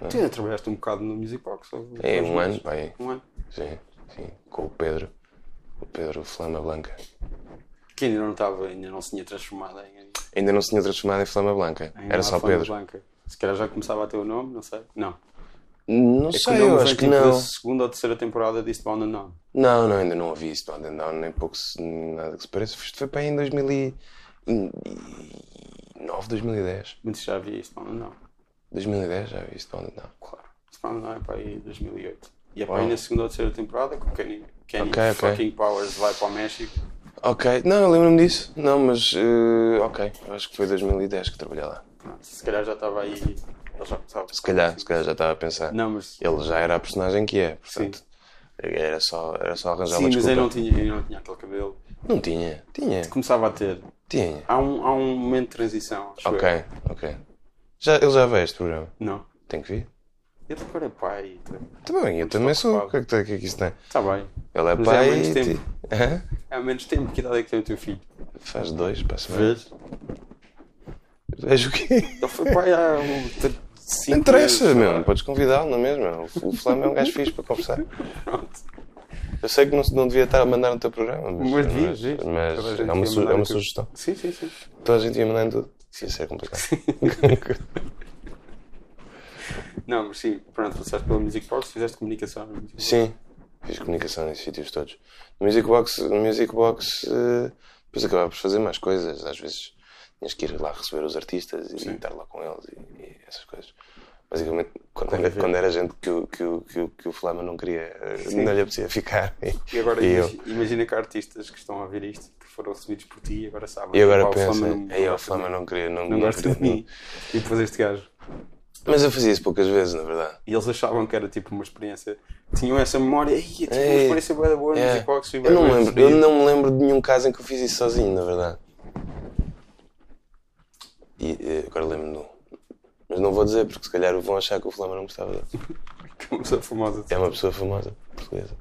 B: Tu ainda trabalhaste um bocado no Music Box? ou-
C: Ah. É, um
B: dois
C: ano,
B: meses?
C: vai.
B: Um ano.
C: Sim, sim. Com o Pedro. O Pedro Flama Blanca.
B: Que ainda não estava, ainda não se tinha transformado em.
C: Ainda não se tinha transformado em Flama Blanca.
B: em
C: Era só
B: Alfa Ana
C: Pedro.
B: Blanca. Se calhar já começava a ter o nome, não sei. Não.
C: Não
B: É que o
C: sei,
B: nome
C: eu
B: vem,
C: acho que
B: tipo,
C: não.
B: da segunda ou terceira temporada de Eastbound and Down.
C: Não, não, ainda não ouvi isso. Não, não, nem pouco se- nada que se pareça. Isto foi para aí em 2009, 2010.
B: Mas já havia Eastbound and Down.
C: 2010 já vi isto. Não, não.
B: Claro. Eastbound and Down é para aí 2008. E é para
C: Uau.
B: aí na segunda ou terceira temporada que o Kenny, Kenny
C: Ok, ok.
B: fucking Powers vai para o México.
C: Ok, não, eu lembro-me disso. Não, mas. eh, ok, eu acho que foi 2010 que trabalhei lá.
B: Pronto, se calhar já estava aí. Ele já começava.
C: Se calhar, se calhar já estava a pensar.
B: Não, mas.
C: Ele já era a personagem que é, portanto. Era só, era só arranjar
B: Sim,
C: uma
B: mas eu
C: desculpa.
B: não, tinha, eu não tinha aquele cabelo.
C: Não tinha, tinha,
B: Começava a ter.
C: tinha.
B: Há um, há um momento de transição. acho
C: Ok,
B: eu.
C: ok. Já, ele já vê este programa.
B: Não.
C: Tem que vir.
B: Ele agora é pai.
C: Também, eu também sou. O que é que, tem- o que é que isso tem?
B: Está bem.
C: Ele é
B: Mas é há
C: pai
B: menos
C: e.
B: tempo.
C: ti- Hã?
B: Há menos tempo que idade é que tem o teu filho.
C: Faz dois para a semana.
B: Vês?
C: És o quê?
B: Ele foi pai há um, tre- cinco
C: Não interessa,
B: meses,
C: meu.
B: sei lá.
C: Podes convidá-lo, não é mesmo? O- O Flamengo é um gajo fixe para conversar.
B: Pronto.
C: Eu sei que não, se- não devia estar a mandar no teu programa, mas,
B: Mas devia, devia.
C: mas
B: Toda a gente
C: é, uma
B: ia
C: su- é
B: mandar
C: uma
B: em tudo.
C: sugestão.
B: Sim, sim, [laughs] sim.
C: Toda a gente ia mandar em tudo. Isso é complicado. [laughs]
B: Não, mas sim, pronto, passaste pela Music Box, fizeste comunicação. na Music Box.
C: Sim, fiz comunicação nesses sítios todos. No Music Box, no Music Box eh, depois acabava por fazer mais coisas. Às vezes tinhas que ir lá receber os artistas e estar lá com eles e, e essas coisas. Basicamente, quando era, quando era gente que, o- que, o- que, o- que o Flama não queria, eh, não lhe apetecia ficar.
B: E agora
C: eu.
B: imagi- imagina que há artistas que estão a ver isto, que foram recebidos por ti e agora sabem.
C: E agora
B: "Pá, o Flama
C: pensa,
B: não-
C: aí
B: não
C: o
B: gosta de
C: Flama
B: mim,
C: não queria, não,
B: não
C: não
B: gosta de
C: queria-
B: mim. E depois este gajo.
C: Mas eu fazia isso poucas vezes, na verdade.
B: E eles achavam que era tipo uma experiência. Tinham essa memória. Ei, é tipo uma
C: Ei,
B: experiência bué da boa no
C: É.
B: Music Box. e bué
C: Eu não
B: bem
C: lembro, eu
B: recebido."
C: não me lembro de nenhum caso em que eu fiz isso sozinho, na verdade. E eh, agora lembro-me de um. Mas não vou dizer, porque se calhar vão achar que o Flamengo não gostava dele.
B: Uma pessoa famosa.
C: É uma pessoa famosa, portuguesa.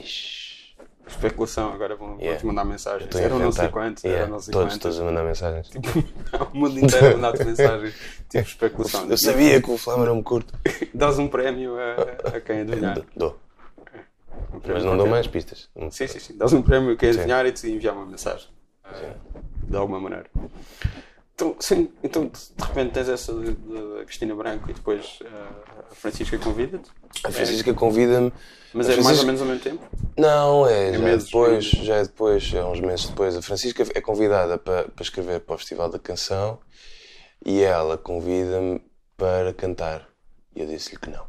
C: Ixi,
B: Especulação, agora vão,
C: Yeah.
B: vão-te mandar mensagens.
C: estou a
B: Era não sei
C: inventar.
B: quantos,
C: Yeah,
B: era não sei
C: todos,
B: quantos.
C: todos a mandar
B: [laughs]
C: mensagens.
B: o mundo inteiro a
C: [laughs]
B: mandar-te mensagens. Tipo especulação.
C: eu sabia que o Flamengo me curto.
B: Dás um prémio a, a quem adivinhar.
C: D- Dou.
B: Um
C: Mas não
B: prémio
C: dou
B: qualquer.
C: mais pistas. Não-
B: Sim, sim, sim. Dás um prémio a quem adivinhar e te enviar uma mensagem. Ah, De alguma maneira. Então, sim, então de de repente tens essa de- de- da Cristina Branco e depois ah, a Francisca convida-te.
C: A Francisca convida-me.
B: Mas
C: A
B: é mais
C: Francisca-
B: ou menos ao mesmo tempo?
C: Não, é, já é
B: meses,
C: depois,
B: meses.
C: já é depois, é uns meses depois. A Francisca é convidada para, para escrever para o Festival da Canção e ela convida-me para cantar. E eu disse-lhe que não.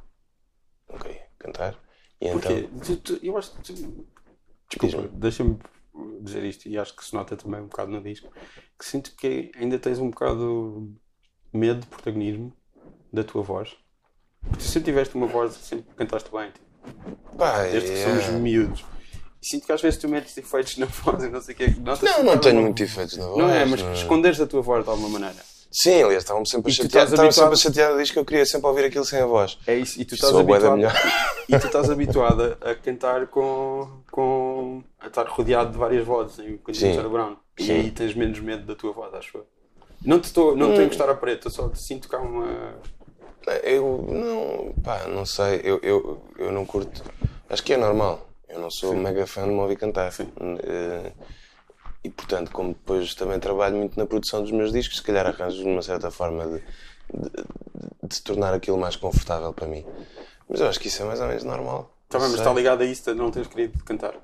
C: Não queria cantar. E então,
B: Porque tu- tu- eu acho que tu, desculpa,
C: diz-me.
B: deixa-me dizer isto e acho que se nota também um bocado no disco, que sinto que ainda tens um bocado medo de protagonismo da tua voz. Porque tu sempre tiveste uma voz, sempre cantaste bem, tipo,
C: Pá,
B: desde
C: é-
B: que somos miúdos. E sinto que às vezes tu metes efeitos na [laughs] voz e não sei o que é que notas
C: Não,
B: um
C: não
B: bocado
C: tenho
B: uma-
C: muito efeitos na voz.
B: Não é, mas
C: não
B: esconderes a tua voz de alguma maneira.
C: Sim, aliás, estavam sempre a
B: E tu
C: chatear,
B: estás
C: estavam sempre a
B: habituado-
C: chatear, diz que eu queria sempre ouvir aquilo sem a voz.
B: É isso, e tu estás
C: Sou a bué da
B: habituado,
C: melhor.
B: [laughs] e tu estás habituada a cantar com, com a estar rodeado de várias vozes
C: Sim.
B: em Quentin Brown. E
C: Sim.
B: aí tens menos medo da tua voz, acho eu. Não te estou, não
C: Hum.
B: tenho que estar a preto, eu só te sinto que há uma.
C: Eu não, pá, não sei, eu, eu, eu não curto. Acho que é normal. Eu não sou mega fã de me ouvir cantar. Eh, E portanto, como depois também trabalho muito na produção dos meus discos, se calhar arranjo uma certa forma de, de, de tornar aquilo mais confortável para mmim. Mas eu acho que isso é mais ou menos normal.
B: Tá bem,
C: Não sei.
B: mas está ligado a isso de não teres querido cantar.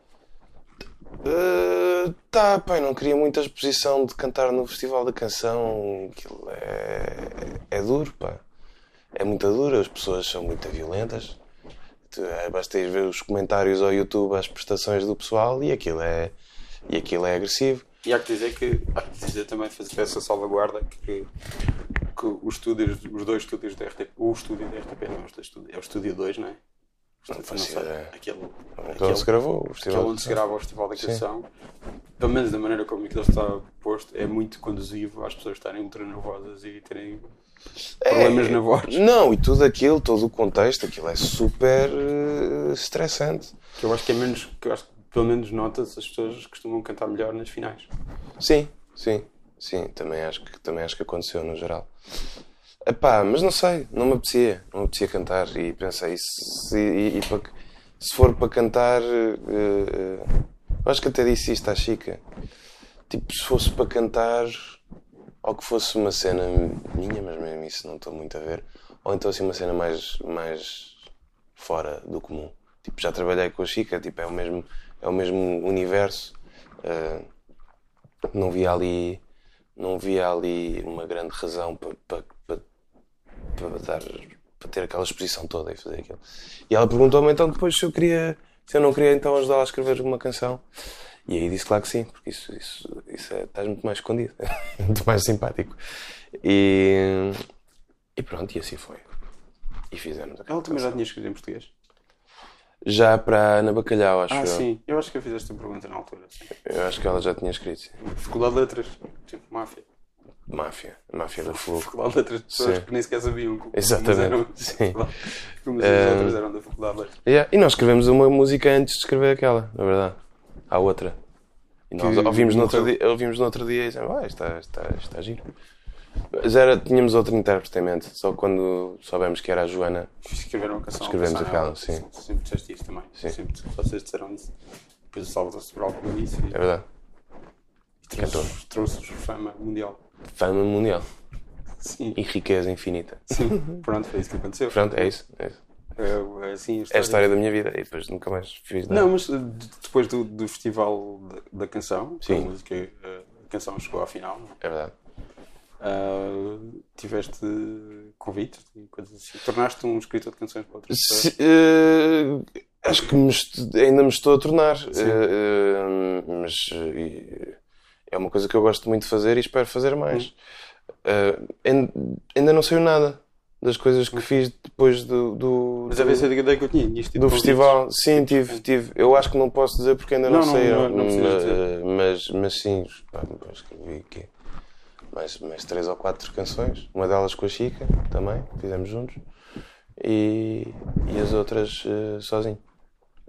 C: Eh, tá, pá, eu não queria muita exposição de cantar no Festival da Canção. Aquilo é, é duro, pá. É muito duro, as pessoas são muito violentas. Tu, eh, basta ir ver os comentários ao YouTube, as prestações do pessoal e aquilo é, e aquilo é agressivo.
B: E há que dizer que há que dizer também fazer essa salvaguarda que, que os estúdios, os dois estúdios da RTP, o estúdio da RTP não, este estúdio- é o estúdio 2, não é? Não
C: faço ideia.
B: Aquele,
C: Então se
B: aquele,
C: gravou o
B: que é
C: Festival da
B: onde se
C: Canção.
B: grava o Festival da Canção, pelo menos da maneira como aquilo está posto, é muito conduzivo às pessoas estarem ultra nervosas e terem problemas na voz.
C: Não, e tudo aquilo, todo o contexto, aquilo é super eh, estressante.
B: Que eu acho que é menos. Que eu acho que pelo menos nota-se as pessoas costumam cantar melhor nas finais.
C: Sim, sim, sim, também acho que, também acho que aconteceu no geral. Epá, mas não sei, não me apetecia, não me apetecia cantar e pensei, e se, e- e para que- se for para cantar, eh, eh, eu acho que até disse isto à Chica, tipo, se fosse para cantar, ou que fosse uma cena minha, mas mesmo isso não estou muito a ver, ou então assim uma cena mais, mais fora do comum. Tipo, já trabalhei com a Chica, tipo, é o mesmo, é o mesmo universo. eh, não via ali não via ali uma grande razão para pa, pa, pa dar para ter aquela exposição toda e fazer aquilo e ela perguntou-me então depois se eu queria se eu não queria então ajudá-la a escrever uma canção e aí disse claro que sim porque isso isso, isso é, estás muito mais escondido [laughs] muito mais simpático e e pronto e assim foi e fizemos
B: Ela também já tinha escrito em português.
C: já para Ana Bacalhau acho
B: Ah,
C: eu
B: sim. Eu acho que eu fiz esta pergunta na altura. sim.
C: eu acho que ela já tinha escrito sim.
B: Faculdade de Letras. Tipo, máfia.
C: Máfia Máfia do Fogo
B: Faculdade de Letras de pessoas
C: Sim.
B: que nem sequer sabiam como
C: Exatamente, sim.
B: Sim. Eh, Como as letras eram da Faculdade de Letras.
C: Yeah, E nós escrevemos uma música antes de escrever aquela, na verdade. Há outra. E nós
B: Que
C: ouvimos no, outro
B: morreu.
C: dia, ouvimos no outro dia e dissemos, ah, isto está, isto está, isto está giro. Mas era, tínhamos outro intérprete em mente, só quando soubemos que era a Joana.
B: Escreveram a canção.
C: Escrevemos
B: pensaram,
C: aquela,
B: ah,
C: sim.
B: Sempre disseste isso também.
C: Sim.
B: Sempre que vocês disseram isso. Depois o Salvador Sobral pegou isso
C: É verdade.
B: e trouxe- trouxe-vos fama mundial.
C: Fama mundial
B: Sim.
C: e riqueza infinita.
B: Sim. Pronto, foi isso que aconteceu.
C: Pronto, é isso. É, isso.
B: Eu, assim,
C: É a história da minha vida. E depois nunca mais fiz nada.
B: Não, mas uh, de- depois do, do festival da, da canção, que é
C: Sim.
B: a música, uh, a canção chegou à final,
C: É verdade.
B: uh, tiveste convites, coisas assim. Tornaste um escritor de canções para outras pessoas.
C: Se- eh, acho que me est- ainda me estou a tornar. Eh, eh, mas eh, é uma coisa que eu gosto muito de fazer e espero fazer
B: Hum.
C: mais. Eh, ain- ainda não saiu nada das coisas que fiz depois do, do,
B: Hum. Mas a vez eu digo é que eu tinha. tipo, um tinhas tido
C: do
B: convites.
C: festival. Sim, tive, tive. Eu acho que não posso dizer porque ainda não,
B: Não, não,
C: saíram.
B: não, não precisas
C: mas, eh, mas, mas sim, pá, eu escrevi aqui mais, mais três ou quatro canções. Uma delas com a Chica também, fizemos juntos. E, e as outras eh, sozinho.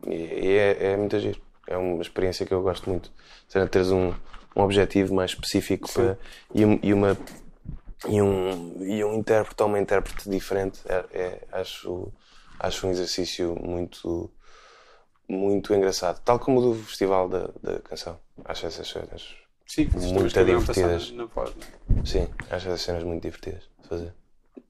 C: E, e é, é muito giro. É uma experiência que eu gosto muito. Ou seja, teres um, um objetivo mais específico para- e, um- e uma. E um, e um intérprete ou uma intérprete diferente é, é- acho, acho um exercício muito muito engraçado. Tal como o do Festival da, da Canção. Acho essas cenas.
B: Sim, vocês
C: Muito
B: também escreviam passar
C: divertidas.
B: na, na voz. não é?
C: Sim, acho essas cenas muito divertidas de fazer.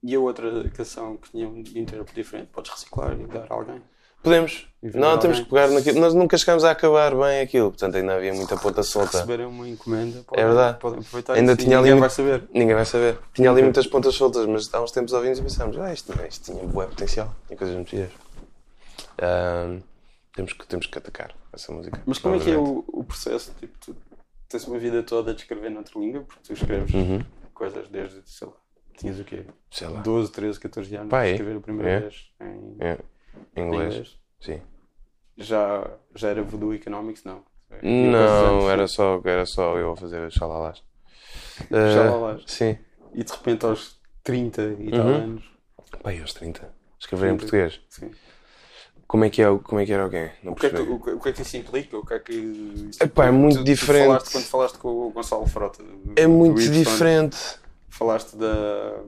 B: E a outra canção que tinha um intérprete diferente, podes reciclar e dar a alguém.
C: Podemos.
B: ver
C: Não, temos
B: alguém.
C: que pegar naquilo. Nós nunca chegámos a acabar bem aquilo, portanto ainda havia muita ponta solta.
B: Receberam uma encomenda, podem,
C: É verdade.
B: podem aproveitar
C: Ainda
B: isso e
C: tinha ali
B: ninguém
C: um-
B: vai saber.
C: Ninguém vai saber. Tinha ali muitas pontas soltas, mas há uns tempos ouvimos e pensámos, ah, isto, isto tinha bué potencial. E coisas muito giras. Ahm, temos, que, temos que atacar essa música.
B: Mas como é que é
C: Provavelmente.
B: o, o processo? Tipo, tu tens uma vida toda de escrever noutra língua, porque tu escreves
C: Uhum.
B: coisas desde, sei lá, tinhas o quê?
C: Sei lá.
B: 12, 13, 14 anos
C: Pá, é.
B: a escrever a primeira
C: É.
B: vez em
C: É. Inglês.
B: inglês.
C: Sim.
B: Já, já era voodoo economics, não?
C: Não, era só, era só eu a fazer xalalás. Ah,
B: Xalalás.
C: Sim.
B: E de repente aos 30 e tal
C: Uhum.
B: anos.
C: Bem, aos 30. Escrever em
B: 30.
C: português.
B: Sim.
C: Como é que, é, o- como é que era alguém? Não
B: O que, é que,
C: percebi.
B: o, que- o que é que isso implica? O que é que.
C: Epá, é muito
B: tu,
C: diferente.
B: Tu falaste, quando falaste com o Gonçalo Frota. do-
C: É
B: do
C: muito
B: Y,
C: diferente.
B: Falaste da.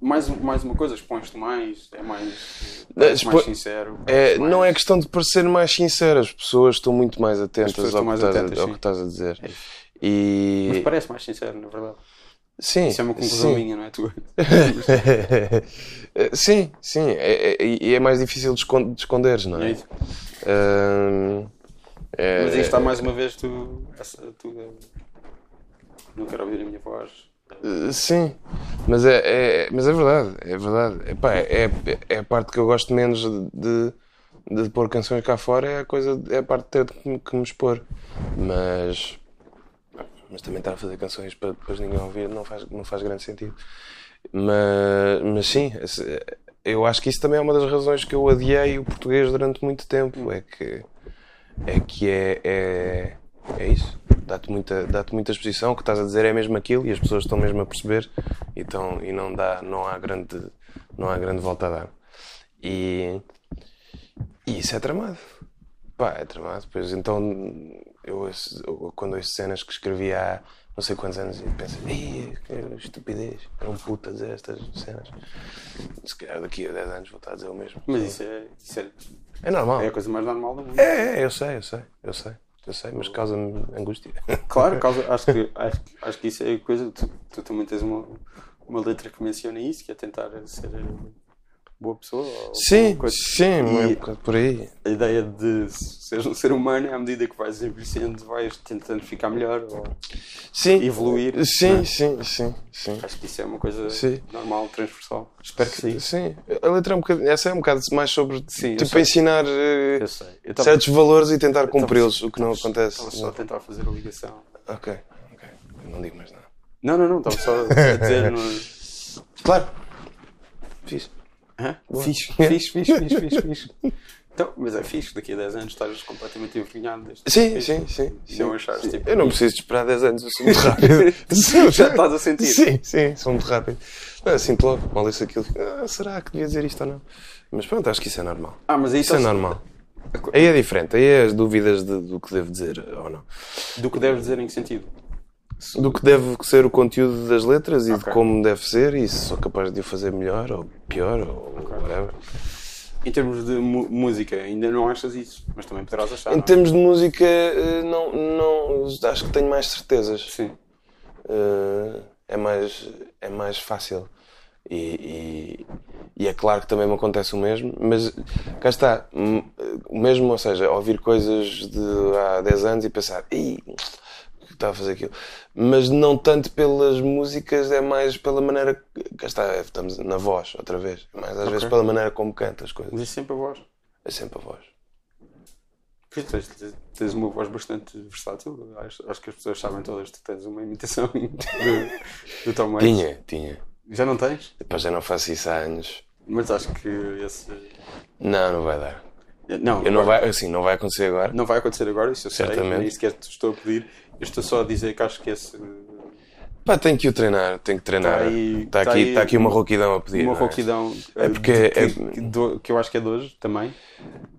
B: Mais, um- mais uma coisa, expões-te mais, é mais,
C: Eh,
B: és
C: expo-
B: mais sincero.
C: É,
B: mais-
C: não é questão de parecer mais sincero, as pessoas estão muito mais atentas,
B: pessoas
C: ao,
B: estão
C: que
B: mais
C: estás a-
B: atentas,
C: ao
B: sim.
C: que estás a dizer.
B: É.
C: E.
B: Mas parece mais sincero, na verdade.
C: sim,
B: Isso é uma conclusão
C: sim.
B: minha, não
C: [laughs]
B: é tua?
C: sim, sim. é- é- E é, mais difícil de escon- de esconderes, não
B: É
C: é?
B: isso.
C: Ahm, é-
B: Mas aí está mais uma vez tu. Essa, tu não quero ouvir a minha voz.
C: Uh, Sim, mas é, é- mas é verdade, é verdade. Epá, é, é a parte que eu gosto menos de, de, de pôr canções cá fora, é a, coisa, é a parte de ter que, me- que me expor. Mas, mas também estar a fazer canções para depois ninguém ouvir não faz, não faz grande sentido. Mas, mas sim, esse- eu acho que isso também é uma das razões que eu odiei o português durante muito tempo. É que é, que é, é, é isso. dá-te muita, dá-te muita exposição, o que estás a dizer é mesmo aquilo e as pessoas estão mesmo a perceber e, estão- e não, dá, não, há grande, não há grande volta a dar. E, e isso é tramado. Pá, é tramado. Pois então, eu, ouço- eu- quando ouço cenas que escrevi há não sei quantos anos, eu penso, "Ei, que estupidez, era um puto a dizer estas cenas. Se calhar daqui a 10 anos vou estar a dizer o mesmo.
B: Mas isso é, isso é,
C: É normal.
B: é a coisa mais normal do mundo.
C: É, é, eu sei, eu sei, eu sei, eu sei, mas causa-me angústia.
B: Claro, causa- acho,
C: [laughs]
B: que, acho, que- acho que isso é a coisa. Tu, tu também tens uma, uma letra que menciona isso, que é tentar ser boa pessoa. ou
C: Sim,
B: alguma coisa.
C: sim, é um
B: E-
C: bocado por aí.
B: a ideia de seres um ser humano, à medida que vais envelhecendo, vais tentando ficar melhor. ou-
C: Sim.
B: Evoluir,
C: Sim, sim, sim, sim.
B: Acho que isso é uma coisa
C: Sim.
B: normal, transversal. Espero que sim.
C: Sim, a letra é um bocado, essa é um bocado mais sobre
B: Sim, eu
C: tipo
B: sei.
C: ensinar eh,
B: Eu sei. Eu tava-
C: certos valores e tentar
B: tava-
C: cumpri-los, o que não
B: tava-
C: acontece.
B: Estava só a tentar fazer a ligação.
C: Ok, ok, eu não digo mais nada.
B: Não, não, não, estava só
C: [laughs]
B: a dizer. No...
C: Claro, fiz.
B: Hã?
C: Boa. [laughs]
B: Fixe, fixe, fixe, fixe, fixe, fixe. Então, mas é fixe, daqui a 10 anos estás completamente envergonhado deste.
C: Sim, sim, sim.
B: E
C: sim,
B: não achares,
C: sim.
B: tipo-
C: Eu não preciso de esperar 10 anos, eu sou
B: [laughs]
C: muito rápido.
B: Já estás a sentir.
C: Sim, sim, sou muito rápido. Não, sinto logo, mal isso aquilo. fico, Ah, será que devia dizer isto ou não? Mas pronto, acho que isso é normal.
B: Ah, mas aí
C: Isso é
B: estás-
C: normal. Aí é diferente, aí é as dúvidas de- do que devo dizer ou não.
B: Do que deves dizer em que sentido?
C: Do que deve ser o conteúdo das letras e de como deve ser e se sou capaz de o fazer melhor ou pior ou whatever.
B: Em termos de mu- música, ainda não achas isso, mas também poderás achar.
C: Em
B: não é?
C: termos de música, eh, não, não, acho que tenho mais certezas.
B: Sim.
C: eh, é mais é mais fácil e, e- e é claro que também me acontece o mesmo mas cá está hum, eh, o mesmo ou seja ouvir coisas de há 10 anos e pensar "Ih, que estava a fazer aquilo mas não tanto pelas músicas é mais pela maneira que- cá está é, estamos na voz outra vez mas às vezes pela maneira como canta as coisas
B: Mas é sempre a voz.
C: é sempre a voz
B: Pois tens, tens- tens uma voz bastante versátil. Acho, acho que as pessoas sabem todas que tens uma imitação [laughs] do, do Tom Hanks.
C: tinha tinha
B: Já não tens?
C: depois já não faço isso há anos
B: Mas acho que esse.
C: não não vai dar
B: Não,
C: eu não
B: agora-
C: vai assim não vai acontecer agora
B: não vai acontecer agora, isso eu sei,
C: Certamente.
B: nem sequer te estou a pedir. Eu estou só a dizer que acho que esse.
C: Pá, tenho que o treinar, tenho que treinar.
B: Tá aí-
C: Está
B: tá
C: aqui,
B: aí
C: tá aqui uma rouquidão a pedir.
B: Uma
C: não é?
B: rouquidão.
C: É porque
B: eh, de-
C: é-
B: Que, que do- que eu acho que é de hoje também.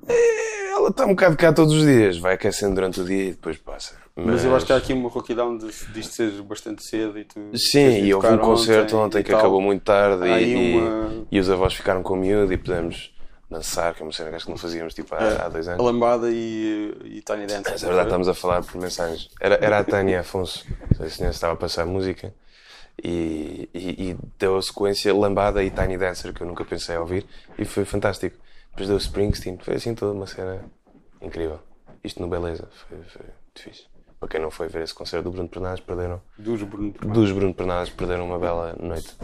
C: Ela está um bocado cá todos os dias, vai aquecendo durante o dia e depois passa.
B: Mas eu acho que há aqui uma rouquidão de, disto ser bastante cedo e tu.
C: Sim, e houve um concerto ontem que acabou muito tarde
B: Há aí
C: e, e-
B: uma-
C: e os avós ficaram com o miúdo e pudemos dançar, que é uma cena que acho que não fazíamos tipo há, há dois
B: A
C: anos.
B: lambada e, e Tiny Dance.
C: Mas é verdade, estamos a falar por mensagens. Era, era a Tânia Afonso, a senhora estava a passar música e, e- e deu a sequência Lambada e Tiny Dancer, que eu nunca pensei a ouvir, e foi fantástico. Depois deu Springsteen, foi assim toda uma cena incrível. Isto no Beleza, foi, foi muito fixe. Para quem não foi ver esse concerto do Bruno Pernadas, perderam.
B: Dos Bruno Primato.
C: Dos Bruno Pernadas, perderam uma bela noite.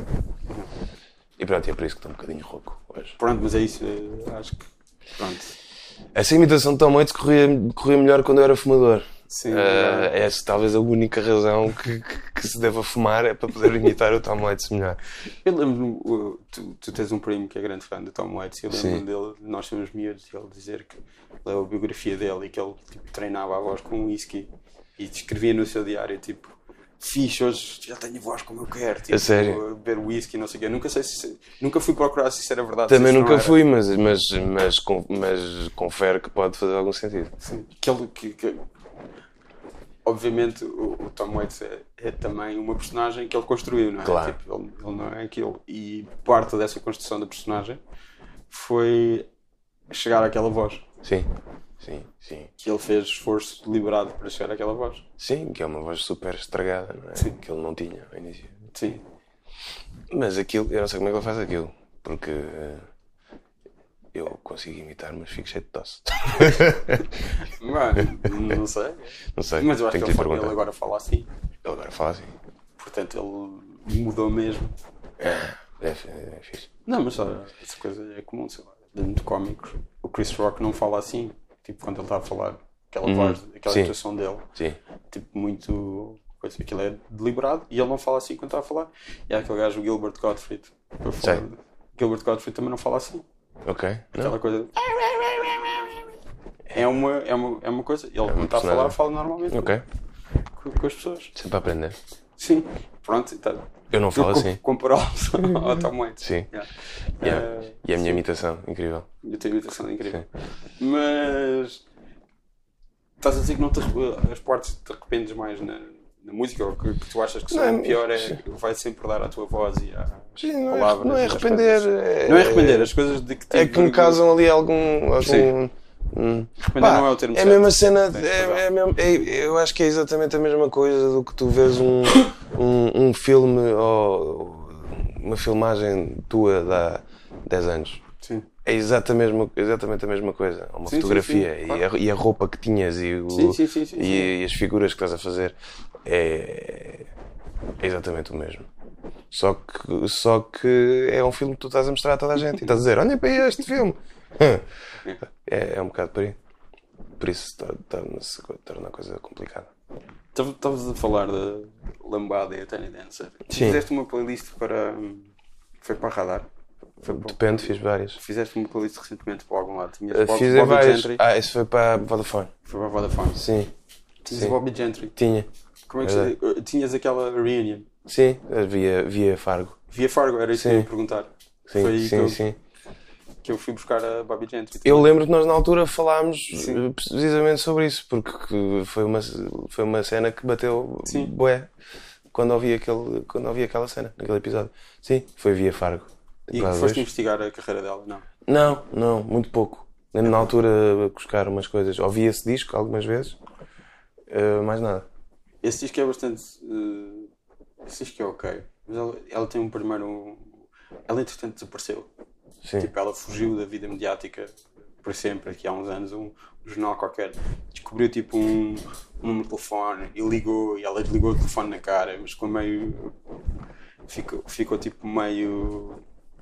C: E pronto, e é por isso que estou um bocadinho rouco hoje.
B: Pronto, mas é isso. eh, Acho que. Pronto.
C: Essa imitação de Tom Waits corria, corria melhor quando eu era fumador.
B: Sim, é
C: Ah, essa talvez a única razão que, que- que se deva fumar é para poder imitar o Tom Waits melhor.
B: Eu lembro-me, uh, tu, tu tens um primo que é grande fã do Tom Waits, eu lembro-me
C: Sim.
B: dele, nós somos miúdos, e ele dizer que leu a biografia dele e que ele tipo, treinava a voz com whisky e escrevia no seu diário tipo. Fixe, hoje já tenho a voz como eu quero, tipo,
C: A sério?
B: a beber whisky, não sei o quê. Nunca, sei se, nunca fui procurar se isso era verdade. se
C: Também
B: isso não é?
C: nunca
B: era.
C: fui, mas, mas, mas, con- mas confere que pode fazer algum sentido.
B: Sim, que ele- que- que- Obviamente, o, o Tom Waits é, é também uma personagem que ele construiu, não é?
C: Claro.
B: Tipo, ele, ele não é aquilo. E parte dessa construção da personagem foi chegar àquela voz.
C: Sim, sim, sim.
B: Que ele fez esforço deliberado para chegar àquela voz.
C: Sim, que é uma voz super estragada, não é? que ele não tinha ao início.
B: Sim.
C: Mas aquilo, eu não sei como é que ele faz aquilo, porque ah, eu consigo imitar, mas fico cheio de tosse. [laughs]
B: Mano, não sei.
C: Não sei,
B: Mas eu acho
C: [laughs] tenho que
B: que ele,
C: lhe
B: fala-
C: perguntar.
B: ele agora fala assim.
C: Ele agora fala assim.
B: Portanto, ele mudou mesmo.
C: É, fi- é fixe.
B: Não, mas olha, essa coisa é comum, sei lá, de muito cómicos. O Chris Rock não fala assim, tipo, quando ele está a falar, aquela voz,
C: Uhum.
B: aquela
C: sim.
B: atuação dele,
C: Sim.
B: tipo, muito. Coisa, aquilo é deliberado e ele não fala assim quando está a falar. E há aquele gajo, o Gilbert Gottfried, para falar.
C: Sim.
B: Gilbert Gottfried também não fala assim.
C: Ok. Não.
B: Aquela coisa. É uma, é uma, é uma coisa, ele quando está a
C: personagem.
B: falar, fala normalmente.
C: Ok.
B: com, com as pessoas.
C: Sempre a aprender.
B: Sim, pronto. Tá.
C: Eu não falo assim.
B: Compará-los [laughs] ao Tom Waits.
C: Sim.
B: Yeah.
C: E a,
B: Eh,
C: e a minha imitação, incrível.
B: Eu tenho imitação incrível. Mas estás a dizer que não te, arre- eh, as partes que te arrependes mais na, na música ou que, que tu achas que são
C: Não,
B: o pior é
C: sim.
B: vai sempre dar à tua voz e à
C: Sim, não é-
B: palavras
C: não é
B: e às
C: arrepender,
B: coisas.
C: é-
B: não é arrepender, as coisas de que te
C: É que me casam ali algum. algum
B: Sim.
C: hum.
B: Arrepender não é o termo
C: é a
B: certo.
C: mesma cena.
B: Tens razão.
C: É, é a mesma- é- eu acho que é exatamente a mesma coisa do que tu vês um, [coughs] um, um filme ou uma filmagem tua de há 10 anos.
B: Sim.
C: É exatamente a mesma, exatamente a mesma coisa. É Uma
B: Sim,
C: fotografia
B: sim, sim,
C: e,
B: claro.
C: a, e a roupa que tinhas e, o-
B: Sim, sim, sim, sim,
C: e-
B: sim.
C: e as figuras que estás a fazer é, é exatamente o mesmo. Só que, só que é um filme que tu estás a mostrar a toda a gente e estás a dizer: olhem para este filme. [laughs] É, é um bocado por aí. Por isso tá, torna torna a coisa complicada.
B: Estava- Estavas a falar da Lambada e a Tiny Dancer.
C: Sim.
B: Fizeste uma playlist para. hum, Foi para Radar. Foi para-
C: Depende, fiz várias.
B: Fizeste uma playlist recentemente para algum lado. Tinhas
C: Eh,
B: Bob-
C: Fiz em
B: Bobby
C: várias.
B: Gentry.
C: Ah, isso foi para a Vodafone.
B: Foi para a Vodafone.
C: Sim,
B: Tinhas
C: Sim.
B: o Bobby Gentry.
C: tinha.
B: Como é que se- Tinhas aquela reunion.
C: Sim, via, via Fargo.
B: Via Fargo, era isso que
C: Sim.
B: eu ia perguntar.
C: Sim,
B: Foi aí que,
C: sim,
B: eu,
C: sim.
B: que eu fui buscar a Bobby Gentry. tipo,
C: Eu lembro que nós na altura falámos eh, precisamente sobre isso, porque que foi uma, foi uma cena que bateu
B: Sim.
C: bué quando ouvi, aquele, quando ouvi aquela cena, naquele episódio. Sim, foi via Fargo.
B: E
C: Claro,
B: foste
C: vejo.
B: investigar a carreira dela, não?
C: Não, não, muito pouco. Lembro na altura a buscar umas coisas. Ouvi esse disco algumas vezes, eh, mais nada.
B: Esse disco é bastante. eh, esse disco é ok. Mas ela, ela tem um primeiro. Ela entretanto desapareceu.
C: Sim.
B: Tipo, ela fugiu da vida mediática por sempre, aqui há uns anos, um, um jornal qualquer. Descobriu tipo um, um número de telefone e ligou, e ela desligou o telefone na cara, mas ficou meio. Ficou, ficou tipo meio.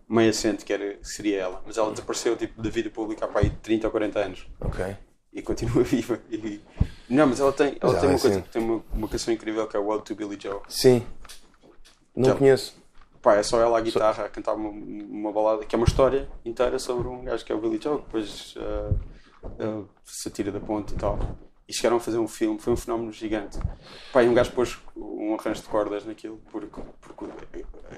B: meio assente que era, que seria ela. Mas ela desapareceu tipo da vida pública há para aí 30 ou 40 anos
C: Ok.
B: e continua [laughs] viva. E- Não, mas ela tem, ela
C: Já
B: tem,
C: é
B: uma, coisa,
C: assim.
B: tem uma, uma canção incrível que é World to Billy Joe.
C: Sim. Não
B: Então.
C: conheço.
B: Pá, é só ela à guitarra a cantar uma, uma balada que é uma história inteira sobre um gajo que é o Billy Joe, que depois ah, ah, se atira da ponte e tal. E chegaram a fazer um filme, foi um fenómeno gigante. Pá, e um gajo pôs um arranjo de cordas naquilo, porque, porque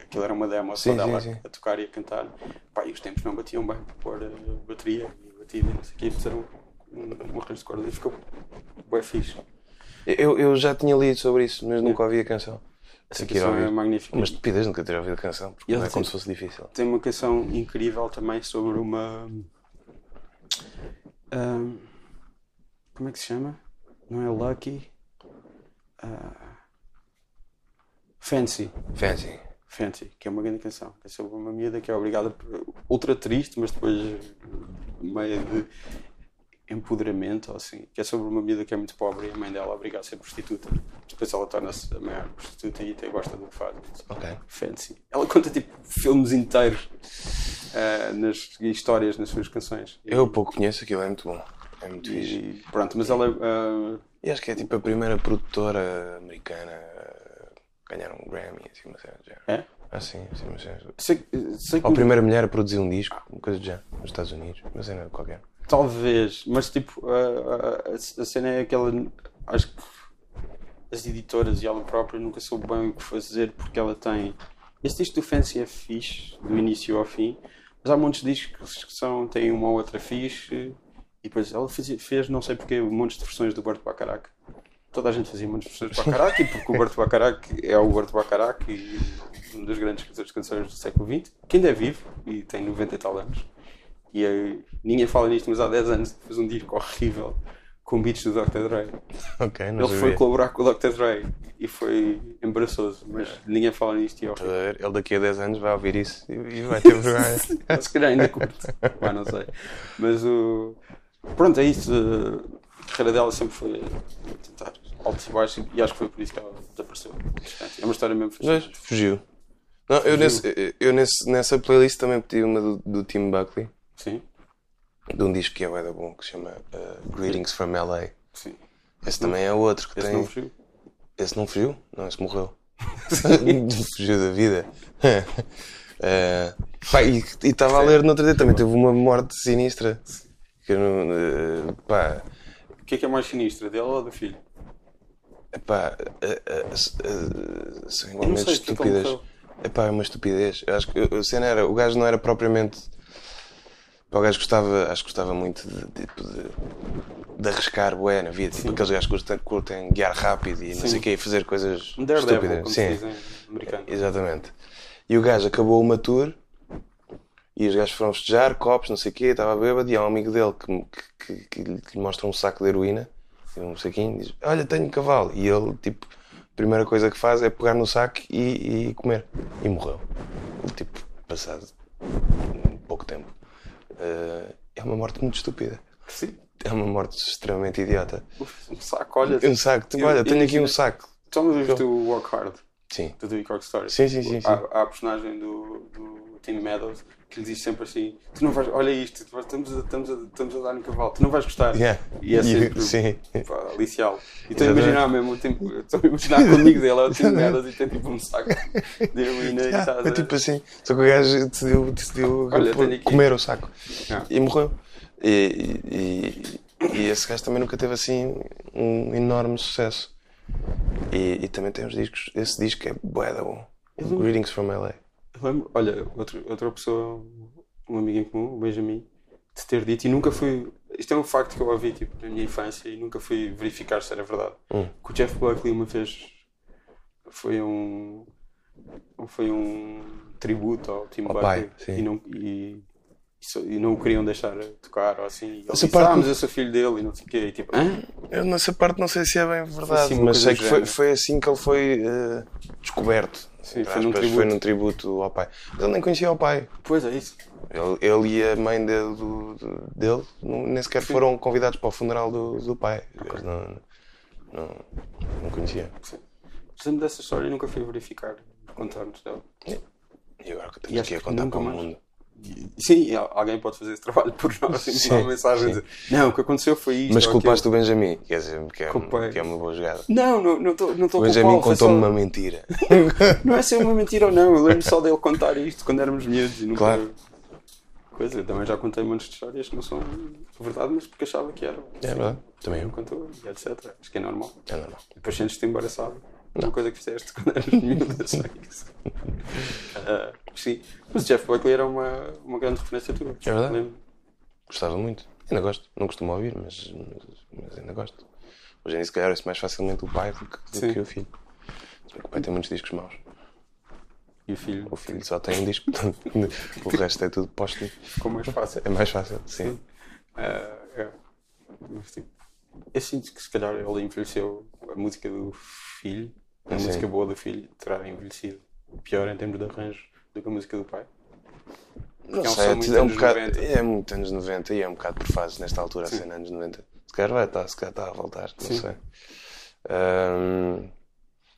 B: aquilo era uma demo só
C: Sim,
B: dela
C: sim, sim.
B: a tocar e a cantar. Pá, e os tempos não batiam bem para pôr a bateria e batida, e não sei o quê, e fizeram um, um arranjo de cordas e ficou bem fixe.
C: Eu, eu já tinha lido sobre isso, mas nunca ouvi a canção.
B: É. Essa
C: Tenho que ir
B: canção
C: ouvir.
B: é magnífica.
C: Uma estupidez nunca ter ouvido a canção, porque
B: Eu
C: não é
B: sei.
C: como se fosse difícil.
B: Tem uma canção incrível também sobre uma. ahm, como é que se chama? Não é Lucky? Ah, Fancy.
C: Fancy.
B: Fancy, que é uma grande canção. É sobre uma miúda que é obrigada por. ultra triste, mas depois meio de empoderamento, ou assim. Que é sobre uma miúda que é muito pobre e a mãe dela é obrigada a ser prostituta. Depois ela torna-se a maior prostituta e até gosta do que faz.
C: Ok.
B: Fancy. Ela conta tipo filmes inteiros ah, nas e histórias nas suas canções. E-
C: Eu pouco conheço aquilo, é muito bom. É muito fixe.
B: e, pronto, mas ela ah,
C: E acho que é tipo a primeira produtora americana a ganhar um Grammy, assim, uma cena do género.
B: é?
C: Assim, assim, uma cena.
B: Sei, sei que
C: Ou a primeira mulher a produzir um disco, uma coisa do género, nos Estados Unidos, uma cena qualquer.
B: talvez, mas tipo ah, ah, a, a cena é aquela acho que as editoras e ela própria nunca soube bem o que fazer porque ela tem este disco do Fancy é fixe do início ao fim, mas há muitos discos que são, têm uma ou outra fixe e depois ela fez, fez não sei porque montes de versões do Burt Bacharach toda a gente fazia muitas versões de Bacharach e porque o Burt Bacharach é o Burt Bacharach e um dos grandes escritores de canções do século XX que ainda é vivo e tem 90 e tal anos e eu- ninguém fala nisto mas há 10 anos fez um disco horrível com beats do Dr. Dre
C: Ok, não
B: ele foi
C: sabia.
B: colaborar com o Dr. Dre e foi embaraçoso mas ninguém fala nisto e é horrível
C: Ele daqui a 10 anos vai ouvir isso e e vai ter vergonha.
B: [laughs] Ou se calhar
C: [laughs]
B: ainda curto. Pá, não sei. Mas o. Pronto, é isso. A carreira dela sempre foi tentar altos e baixos e acho que foi por isso que ela desapareceu. Portanto, É uma história mesmo
C: Mas
B: fascinante.
C: fugiu. Não, eu, nesse, eu nesse, nessa playlist também pedi uma do, do Tim Buckley,
B: Sim,
C: de um disco que é bué da bom, que se chama uh, Greetings from LA.
B: sim.
C: Esse também é outro que
B: Esse
C: tem.
B: não fugiu.
C: Esse não fugiu? Não, esse morreu. [laughs] fugiu da vida. Eh, pá, e estava a ler no outro dia também, teve uma morte sinistra. Que eu não, eh, pá,
B: O que é que é mais sinistra, dela ou do filho?
C: Epá, eh, eh, s- eh, são
B: não
C: igualmente
B: sei, fica um
C: estúpidas.
B: bocado-
C: Epá, é uma estupidez. Eu acho que a cena era, o gajo não era propriamente. Pá, O gajo gostava, acho que gostava muito de, tipo, de, de arriscar bué na vida. Tipo, aqueles gajos que curtem, curtem guiar rápido e não sei o quê, e fazer coisas
B: Um daredevil, como
C: estúpidas.
B: se
C: Sim,
B: diz em americano.
C: exatamente. E o gajo acabou uma tour e os gajos foram festejar, copos, não sei o quê, estava bêbado e há um amigo dele que, que, que, que lhe mostra um saco de heroína, um saquinho, e diz, olha, tenho um cavalo. E ele, tipo, a primeira coisa que faz é pegar no saco e, e comer. E morreu. Tipo, passado pouco tempo. Eh, é uma morte muito estúpida.
B: Sim,
C: É uma morte extremamente idiota.
B: um saco, olha.
C: Um saco, tipo,
B: Eu-
C: olha, tenho aqui
B: imagina-
C: um saco.
B: Só me lembro do Walk Hard,
C: Sim.
B: do Dewey Cox Story.
C: Sim, sim, sim, sim.
B: Há, há a personagem do, do Tim Meadows que lhe diz sempre assim: Tu não vais, olha isto, tu vais- estamos, a, estamos, a, estamos a dar no cavalo, tu não vais gostar.
C: [laughs] Yeah.
B: E é sempre
C: Sim.
B: pá, alicial. E estou a
C: Exatamente.
B: imaginar mesmo, o tempo, estou a imaginar que o amigo dele é o Tim Meadows e tem tipo um saco
C: [laughs]
B: de heroína e
C: Ah,
B: estás
C: é
B: a.
C: tipo assim, só que o gajo decidiu, decidiu
B: Olha,
C: pôr-
B: tenho aqui.
C: comer o saco
B: Ah.
C: e morreu. E, e- e- e esse gajo também nunca teve assim um enorme sucesso. E, e também tem uns discos. Esse disco é bué da bom. Greetings from LA.
B: Eu Lembro, olha, outro, outra pessoa, um amigo em comum, o Benjamin, de ter dito, e nunca fui. Isto é um facto que eu ouvi tipo, na minha infância e nunca fui verificar se era verdade.
C: Hum.
B: Que o Jeff Buckley uma vez foi um. Foi um tributo ao Tim
C: Ao
B: Buckley
C: pai, sim.
B: e, não, e, e só- e não o queriam deixar tocar ou assim. E ele
C: Essa
B: disse,
C: parte-
B: ah, mas eu sou filho dele e não sei o quê. E tipo, hã?
C: Eu nessa parte não sei se é bem verdade,
B: assim uma
C: mas
B: coisa
C: sei
B: do
C: que foi,
B: género.
C: foi assim que ele foi eh, descoberto.
B: Sim,
C: entre
B: foi num
C: aspas,
B: tributo.
C: foi num tributo ao pai. Mas ele nem conhecia o pai.
B: Pois é isso.
C: Ele, ele e a mãe dele, do- do- dele não- nem sequer foram convidados para o funeral do, do pai. Eles Não, não, não conhecia.
B: Sim. Mas lembro dessa história e nunca fui verificar os contornos dela.
C: E agora que
B: E
C: estamos
B: acho
C: aqui a
B: que
C: contar
B: nunca
C: para o
B: mais.
C: mundo.
B: Sim, al- alguém pode fazer esse trabalho por nós e
C: Sim,
B: mandar uma mensagem a
C: sim.
B: dizer, não, é o que aconteceu foi isto.
C: Mas
B: ou
C: culpaste o Benjamin, quer dizer, que é,
B: Culpei.
C: que é uma boa jogada.
B: aquilo." Não, não não estou não estou
C: O
B: a
C: Benjamin
B: culpá-lo. foi só-
C: contou-me uma mentira.
B: Não é ser uma mentira ou não, eu lembro
C: [laughs]
B: só dele contar isto quando éramos miúdos e nunca...
C: Claro.
B: Coisa, eu também já contei montes de histórias que não são verdade, mas porque achava que eram.
C: É verdade, também
B: Não
C: eu.
B: contou, e etc. Acho que é normal.
C: É normal.
B: Depois sentes-te embaraçado. Uma coisa que fizeste quando eras miúdo, é só
C: [laughs]
B: isso. Ah, sim, mas o Jeff Buckley era uma, uma grande referência tua. É
C: verdade. Gostava muito. Ainda gosto. Não costumo ouvir, mas, mas, mas ainda gosto. Hoje em dia, se calhar, ouço mais facilmente o pai do que, do
B: Sim.
C: que o filho. Se bem que O pai tem muitos discos maus.
B: E o filho
C: O filho só tem um disco, [laughs] portanto, o resto é tudo póstumo.
B: ficou mais fácil.
C: É mais fácil, sim.
B: Ah, é. Mas, tipo, eu sinto que se calhar ele envelheceu a música do filho, a
C: Sim.
B: música boa do filho, terá envelhecido pior em termos de arranjo do que a música do pai.
C: Não
B: é um
C: sei,
B: som
C: é,
B: muito
C: tudo- é um
B: anos
C: bocado,
B: 90.
C: é muito anos 90 e é um bocado por fases nesta altura, assim, anos 90. Se calhar vai estar, se calhar está a voltar, não
B: Sim.
C: sei. Ahm,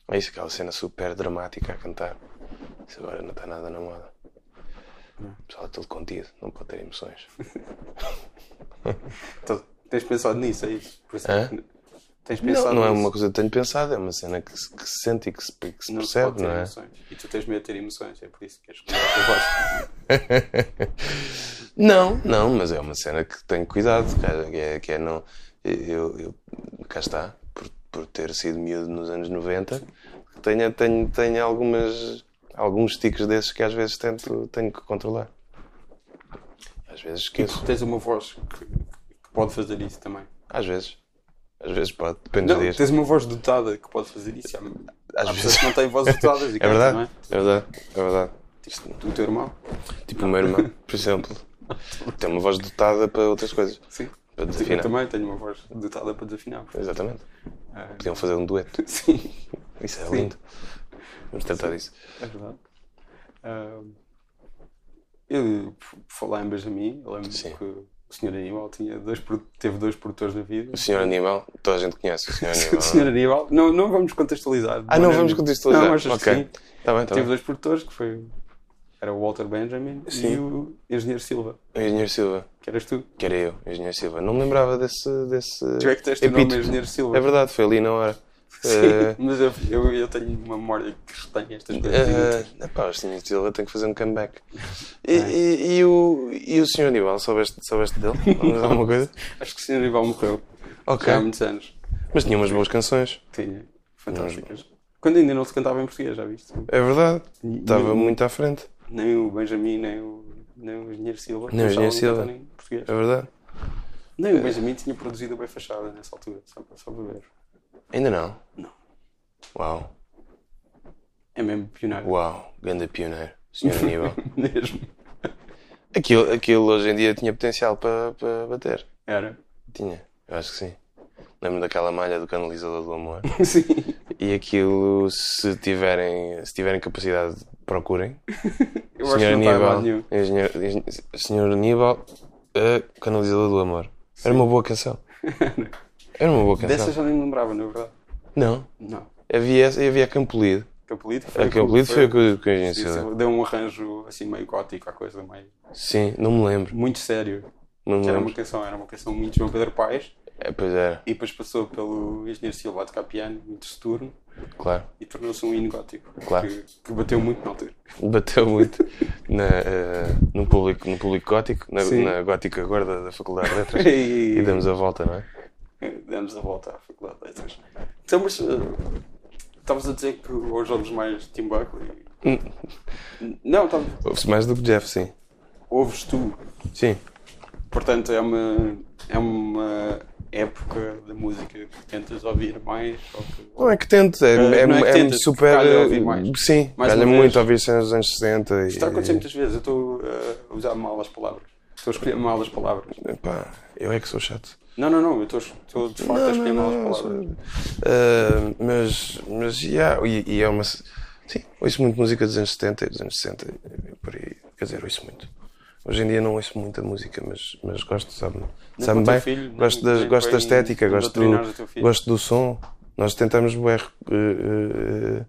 C: é isso, aquela cena super dramática a cantar. Isso agora não está nada na moda. O pessoal é todo contido, não pode ter emoções.
B: Então, tens pensado nisso, é isso? Por isso
C: Hã?
B: que- Tens
C: Não,
B: pensado
C: não é
B: nisso?
C: uma coisa que tenho pensado, é uma cena que se, que se sente e que se, que se
B: Não se
C: percebe,
B: pode ter
C: não é?
B: emoções. E tu tens medo de ter emoções, é por isso que queres escolher a tua voz.
C: Não, não, mas é uma cena que tenho cuidado, cara, que é, que é não. Eu, eu- cá está, por, por ter sido miúdo nos anos 90, tenho, tenho, tenho algumas, alguns tiques desses que às vezes tento, tenho que controlar. Às vezes esqueço,
B: Tens uma voz que, que pode fazer isso também.
C: às vezes. Às vezes pode, depende
B: Não,
C: dos dias.
B: tens uma voz dotada que pode fazer isso. Há, há
C: Às
B: pessoas
C: vezes.
B: que não têm
C: [laughs]
B: vozes dotadas e
C: É
B: cantam, não
C: verdade,
B: é?
C: é verdade, é verdade.
B: Tipo, o teu irmão.
C: Tipo o meu irmão, por exemplo, tem uma voz dotada para outras coisas,
B: Sim.
C: para
B: Eu
C: desafinar.
B: também tenho uma voz dotada para desafinar. portanto,
C: Exatamente. Podiam fazer um dueto.
B: [laughs] Sim,
C: Isso é lindo. Vamos tratar disso.
B: é verdade. Ah, eu, por falar em Benjamin, eu lembro
C: Sim.
B: que o Sr. Aníbal tinha dois, produ- teve dois produtores na vida.
C: O senhor Aníbal, toda a gente conhece o senhor
B: [laughs] O
C: Aníbal. não é?
B: Sr. Aníbal, não, não vamos contextualizar.
C: Ah, não vamos contextualizar.
B: Não, achas
C: ok.
B: que sim.
C: Está bem, está
B: Teve
C: bem.
B: dois produtores, que foi, era o Walter Benjamin e o Engenheiro Silva,
C: O engenheiro Silva,
B: que eras tu.
C: que era eu, o engenheiro Silva. Não me lembrava desse. desse
B: Tu é que tens o nome
C: epíteto.
B: Engenheiro Silva.
C: É verdade, foi ali na hora. Eh,
B: Sim, mas eu, eu, eu tenho uma memória que retenho estas coisas.
C: Eh, eh, epá, o senhor Silva tem que fazer um comeback. E,
B: É.
C: e, e o, e o senhor Aníbal, soubeste, soubeste
B: [laughs]
C: dele? Vamos alguma coisa?
B: Acho que o Sr. Aníbal morreu
C: Ok.
B: já há muitos anos.
C: Mas tinha umas boas canções.
B: Tinha. Fantásticas. Quando ainda não se cantava em português, já viste?
C: É verdade.
B: E-
C: Estava
B: e-
C: muito à frente.
B: Nem o Benjamin, nem o, nem o Engenheiro Silva.
C: Nem o
B: Fachada
C: Engenheiro Silva.
B: cantavam em português.
C: É verdade.
B: Nem o Benjamin tinha produzido bem fachada nessa altura, só para, só para ver.
C: Ainda não.
B: Não.
C: Uau.
B: É mesmo pioneiro.
C: Uau. Ganda pioneiro. Senhor Aníbal.
B: [laughs] Mesmo.
C: Aquilo, aquilo hoje em dia tinha potencial para, para bater.
B: Era. [laughs]
C: Tinha. Eu acho que sim. Lembro daquela malha do canalizador do amor.
B: Sim.
C: E aquilo, se tiverem, se tiverem capacidade, procurem.
B: Eu
C: Senhor
B: acho que não está em
C: Aníbal,
B: lado nenhum.
C: engenheiro, engen- Senhor Aníbal, a canalizador do amor. Era uma boa canção. Era uma boa canção.
B: Dessa já nem me lembrava, não é verdade?
C: Não.
B: Não.
C: Havia, essa e havia a Campolide.
B: Campolito foi.
C: É A Campolide foi com a Engenho Silva.
B: Isso, Deu um arranjo assim meio gótico à coisa, meio.
C: Sim, não me lembro.
B: Muito sério.
C: Não me
B: Que era uma
C: lembro.
B: canção, era uma canção muito João Pedro Paes.
C: É, pois era,
B: E depois passou pelo Engenheiro Silva a tocar piano, muito soturno,
C: claro.
B: e tornou-se um hino gótico.
C: Claro.
B: Que, que bateu muito na altura.
C: Bateu muito na, eh, no, público, no público gótico, na,
B: Sim.
C: na gótica gorda da Faculdade de Letras. [laughs] [laughs]
B: E,
C: E damos a volta, não é?
B: demos a volta à Faculdade de Letras. Então, mas. eh, Estavas a dizer que hoje ouves mais Tim Buckley?
C: Hum.
B: Não, estava.
C: Ouve-se mais do que Jeff, sim.
B: ouves tu.
C: Sim.
B: Portanto, é uma, é uma época da música que tentas ouvir mais. Ou que,
C: Não é que tento, é,
B: Eh,
C: é,
B: não é que
C: é
B: tentas,
C: super.
B: calha ouvir mais.
C: Sim,
B: Mais
C: calha
B: uma vez.
C: muito ouvir cenas dos anos 60.
B: Isto está a
C: e-
B: acontecer muitas vezes. Eu estou eh, a usar mal as palavras. Estou a escolher mal as palavras.
C: Epá, eu é que sou chato.
B: Não, não, não. Eu estou, estou de facto a escolher mal as palavras.
C: Ah, mas, mas, yeah, e, e é uma. Sim, ouço muito música dos anos 70 e dos anos 60, e por aí. Quer dizer, ouço muito. Hoje em dia não ouço muita música, mas, mas gosto, sabe-me sabe
B: para o teu
C: bem.
B: filho, nem-
C: gosto das-
B: nem
C: gosto
B: para
C: da estética, gosto do,
B: doutrinares o teu filho.
C: gosto do som. Nós tentamos bué, eh, eh, eh,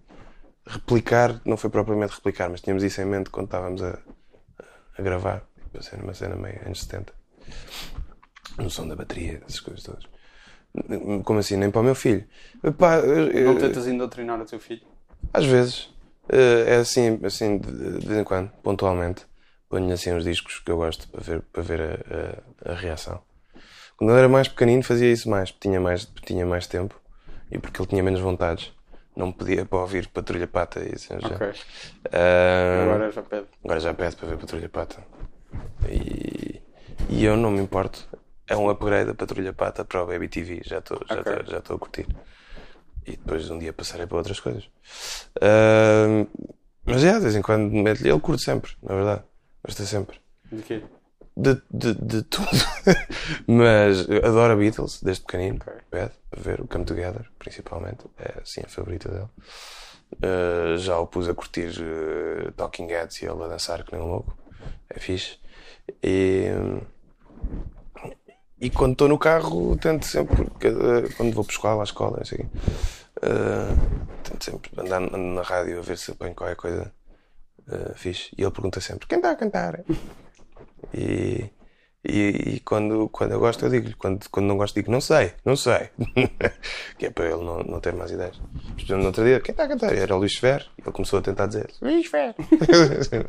C: replicar, não foi propriamente replicar, mas tínhamos isso em mente quando estávamos a, a gravar. Para ser uma cena meio anos 70. No som da bateria, essas coisas todas. Como assim? Nem para o meu filho. Epá, eu- eu-
B: Não tentas indoutrinar o teu filho.
C: às vezes. Eh, É assim, assim, de de vez em quando, pontualmente. Ponho assim uns discos que eu gosto para ver, para ver a, a- a reação. Quando eu era mais pequenino fazia isso mais, porque tinha mais, porque tinha mais tempo e porque ele tinha menos vontades. Não me pedia para ouvir Patrulha Pata e assim já. Ah,
B: Ok.
C: É.
B: Agora já pede.
C: Agora já pede para ver Patrulha Pata. E, e eu não me importo. É um upgrade da Patrulha Pata para o Baby TV. Já estou já
B: Ok.
C: estou- já estou a curtir. E depois um dia passarei para outras coisas. Ahm, mas é, de vez em quando meto-lhe- Ele curte sempre, na verdade. Gosta sempre.
B: De quê?
C: De, de, de tudo. [laughs] mas eu adoro a Beatles, desde pequenino.
B: Ok.
C: Pede para ver o Come Together, principalmente. É assim a favorita dele. Uh, já o pus a curtir uh, Talking Heads e ele a dançar que nem um louco. É fixe. E, e quando estou no carro, tento sempre, porque, uh, quando vou para a escola, à escola, assim, uh, tento sempre andar na- na rádio a ver se apanho qualquer coisa uh, fixe. E ele pergunta sempre: quem está a cantar? E, e, e quando, quando eu gosto, eu digo-lhe. Quando, quando não gosto, digo: não sei, não sei. [laughs] que é para ele não, não ter mais ideias. Mas, por exemplo, no outro dia, quem está a cantar? Era o Luís Fer. E ele começou a tentar dizer: Luís [laughs] Fer.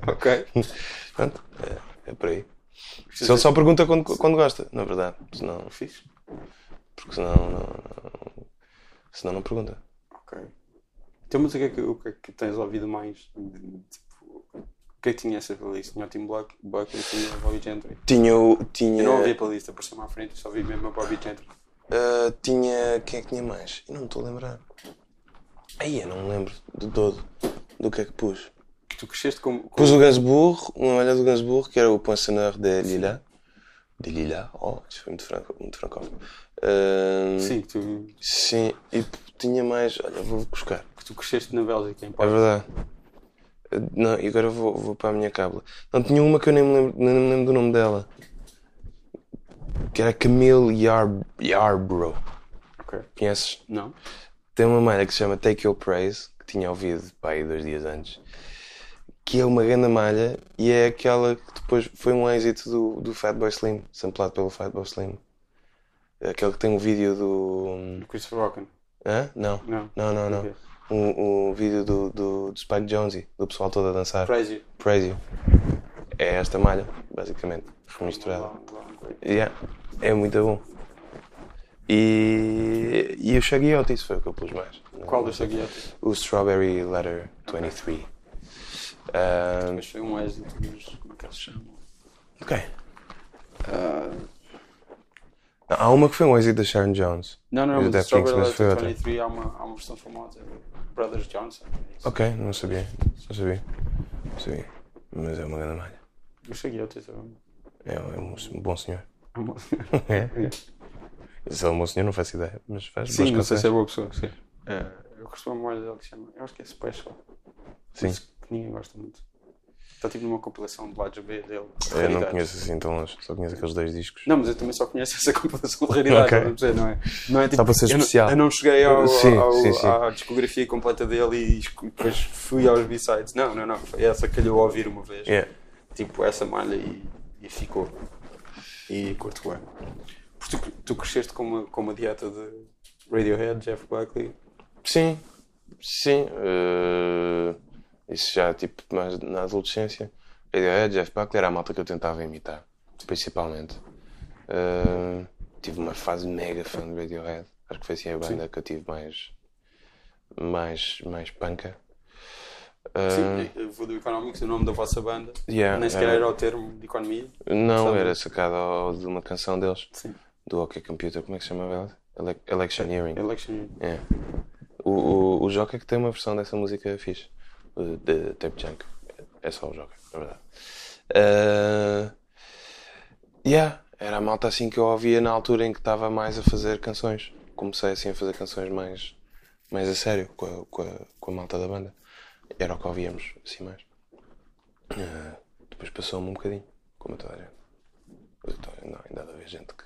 B: Ok.
C: Pronto, é, é por aí. Se ele só pergunta quando, quando gosta, na verdade. Senão,
B: Fixe.
C: porque senão não, não- senão não pergunta.
B: Ok. Então, mas o que é que, o que, é que tens ouvido mais? Tipo, o que é que tinha essa playlist? Tinha o Tim Buck- Buckley, tinha o Bobby Gentry.
C: Tinha. o- tinha
B: Eu não ouvi a playlista por cima à frente, só ouvi mesmo a Bobby Gentry.
C: ah, tinha. Quem é que tinha mais? Eu não me estou a lembrar. Aí eu não me lembro de todo do que é que pus.
B: Que tu cresceste com. com...
C: Pus o Gainsbourg, uma malha do Gainsbourg, que era o Pensionnaire de Lila. De Lila, oh, isso foi muito franco. Muito franco.
B: Sim, que tu,
C: sim, e p- tinha mais. Olha, vou buscar.
B: que tu cresceste na Bélgica, em
C: É
B: Porto.
C: verdade. Eh, Não, e agora vou, vou para a minha cábula. Não, tinha uma que eu nem me lembro, nem me lembro do nome dela. Que era Camille Yar, Yarbrough.
B: Ok.
C: Conheces?
B: Não?
C: Tem uma malha que se chama Take Your Praise, que tinha ouvido pá, aí dois dias antes. Que é uma grande malha e é aquela que depois foi um êxito do, do Fatboy Slim, samplado pelo Fatboy Slim. Aquele que tem um vídeo do.
B: Do Christopher Walken?
C: Hã? Não.
B: Não.
C: Não, não, não.
B: Ok.
C: Um, um vídeo do, do, do Spike Jonze, do pessoal todo a dançar.
B: Praise You.
C: Praise You. É esta malha, basicamente, remisturada.
B: Long, long way.
C: Yeah, é muito bom. E, e o Chaguiote, isso foi o que eu pus mais.
B: Qual dos Chaguiote?
C: O Strawberry Letter 23. Ah,
B: Mas foi um êxito dos. Como é que eles chamam?
C: ok.
B: Ah,
C: Não, há uma que foi um êxito da Sharon Jones.
B: Não, não,
C: E do
B: não, mas o
C: Daft Punk,
B: Strawberry
C: mas foi outra.
B: Letter 23 há tipo, é uma, há uma versão famosa. é Brothers Johnson. é isso.
C: Ok, não sabia. Não sabia. Não sabia. Mas é uma grande malha.
B: Os Chaguiotes eram.
C: É, um- é um bom senhor. [laughs]
B: [laughs] eram-
C: É? Se ele é um bom senhor, não faço ideia. Mas faz
B: Sim,
C: boas
B: não sei
C: canções.
B: se é boa pessoa. Sim. É, eu costumo mais dele que se chama. Eu acho que é Special.
C: Sim.
B: Isso Que ninguém gosta muito. Está tipo numa compilação de lados B dele.
C: Eu não
B: raridades.
C: conheço assim tão longe, só conheço aqueles dois discos.
B: Não, mas eu também só conheço essa [laughs] compilação de raridades,
C: Ok.
B: vamos dizer, não é? Não é tipo,
C: Só para ser
B: eu não-
C: especial.
B: Eu não cheguei ao,
C: Sim,
B: ao-
C: sim, sim.
B: à discografia completa dele e esco- depois fui aos B-sides. Não, não, não. Foi essa que calhou a ouvir uma vez.
C: Yeah.
B: Tipo, essa malha e, e ficou. E curto bem. Porque tu, tu cresceste com uma, com uma dieta de Radiohead, Jeff Buckley.
C: Sim, sim. eh, isso já, tipo, mais na adolescência. Radiohead, Jeff Buckley era a malta que eu tentava imitar, principalmente. Eh, tive uma fase mega fã de Radiohead. Acho que foi assim a banda que eu tive mais, mais, mais panca. Eh,
B: Sim, eu vou do Economics, o nome da vossa banda.
C: Yeah,
B: Nem sequer
C: era-
B: era o termo de economia.
C: não,
B: sabe?
C: era sacado ao- de uma canção deles,
B: Sim.
C: do OK Computer, como é que se chamava ela? Ele- é Electioneering.
B: Election.
C: É. O, o, o Joker que tem uma versão dessa música fixe, o de Tape Junk. É só o Joker, na verdade. Ah, yeah, era a malta assim que eu ouvia na altura em que estava mais a fazer canções. Comecei assim a fazer canções mais, mais a sério com a, com, a, com a malta da banda. Era o que ouvíamos assim mais. Ah, depois passou-me um bocadinho, como a toda a gente. Mas a toda a gente, Não, ainda há de haver gente que,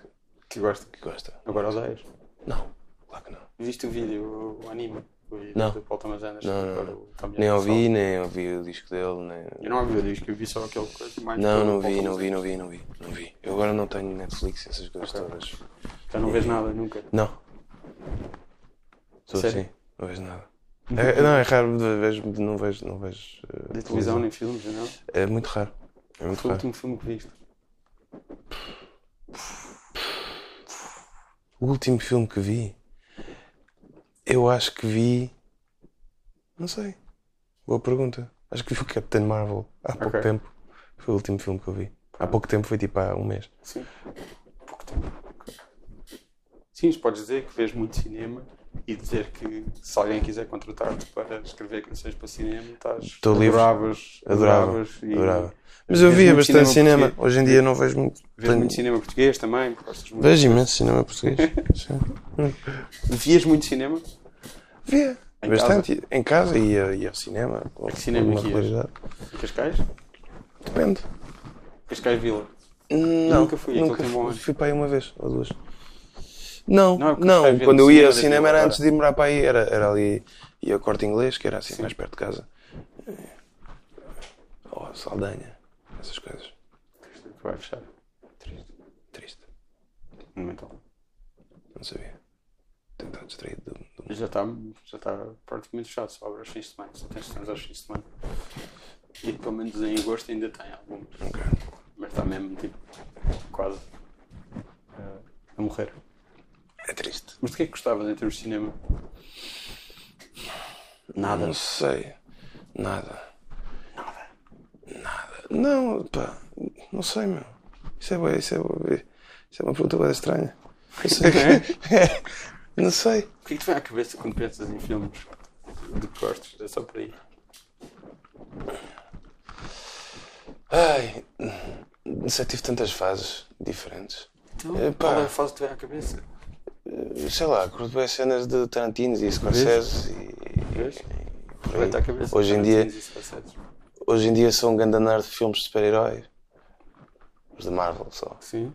B: Que gosto.
C: que gosta.
B: Agora odeias.
C: Não, claro que não.
B: Viste o vídeo, o anime? O vídeo
C: Não.
B: do Paul Thomas Anderson?
C: Não, não,
B: Agora
C: não.
B: o Tommy
C: Nem
B: Anderson.
C: ouvi, nem ouvi o disco dele, nem.
B: Eu não ouvi o disco, eu vi só aquele coisa mais.
C: Não,
B: do
C: não
B: Paul
C: vi, não
B: Thomas
C: vi, não vi, não vi, não vi. Eu agora não tenho Netflix, essas coisas
B: Ok.
C: todas.
B: Anderson. Já não vês nada nunca.
C: Não. Sou
B: Sério?
C: assim, não vejo nada. É- não, é raro, de- vejo, de- não vejo, não vejo. eh,
B: De televisão nem filmes, não?
C: É muito raro. É muito
B: Foi tipo- o
C: raro.
B: último filme que viste.
C: O último filme que vi, eu acho que vi. Não sei. Boa pergunta. Acho que vi o Captain Marvel há pouco
B: Ok.
C: tempo. Foi o último filme que eu vi. Há pouco tempo, foi tipo há um mês.
B: Sim. Pouco tempo. Sim, mas podes dizer que vês muito cinema e dizer que se alguém quiser contratar-te para escrever canções para cinema, estás.
C: Estou livre.
B: Adoravas,
C: Adorava,
B: adoravas e-
C: adorava. Mas eu
B: Vês
C: via
B: muito
C: bastante
B: cinema
C: cinema.
B: português?
C: Hoje em dia não vejo muito.
B: Vês
C: Tenho-
B: muito cinema português também? Gostas muito?
C: Vejo imenso cinema português.
B: [laughs]
C: Sim.
B: Vias muito cinema?
C: Via.
B: Em
C: bastante. Em casa e ia, ia ao cinema. Com
B: que cinema
C: alguma
B: que é? ias?
C: regularidade.
B: Em Cascais?
C: Depende.
B: Cascais Vila.
C: Não,
B: nunca fui, aquilo tem bom
C: fui,
B: ano.
C: fui para aí uma vez ou duas. Não,
B: Não, é
C: não,
B: porque vai ver
C: quando
B: no
C: eu ia ao
B: cinema
C: cinema
B: daquilo
C: era
B: agora.
C: antes de ir morar para aí, era, era ali, ia ao corte inglês, que era assim mais perto de casa. Eh, Ou a Saldanha, essas coisas.
B: Vai fechar. então.
C: Triste,
B: Mental.
C: não sabia. Tentar distrair do, do...
B: Já está já tá praticamente fechado, só abre aos fins de semana, só tens cenas aos fins de semana. E pelo menos em agosto ainda tem algum,
C: Ok.
B: mas está mesmo tipo quase eh, a morrer.
C: É triste.
B: Mas de que é que gostavas em termos de cinema? Nada.
C: Não sei. Nada. Nada. Nada. Não, pá. Não sei, meu. Isso é, bué- isso é, bué- isso é uma pergunta bem estranha. Não sei.
B: é?
C: [laughs] não sei.
B: O que é que te vem à cabeça quando pensas em filmes de que gostas? É só por aí.
C: Ai, não sei, tive tantas fases diferentes.
B: Então,
C: Epá.
B: qual é a fase que te vem à cabeça?
C: Eh, Sei lá, curto bem cenas de Tarantino e Scorsese e-
B: Vês?
C: por
B: Vem-te à
C: aí.
B: cabeça.
C: Hoje em dia,
B: Tarantino e Scorsese.
C: hoje em dia sou um grande nerd de filmes de super-heróis. Os de Marvel só.
B: Sim.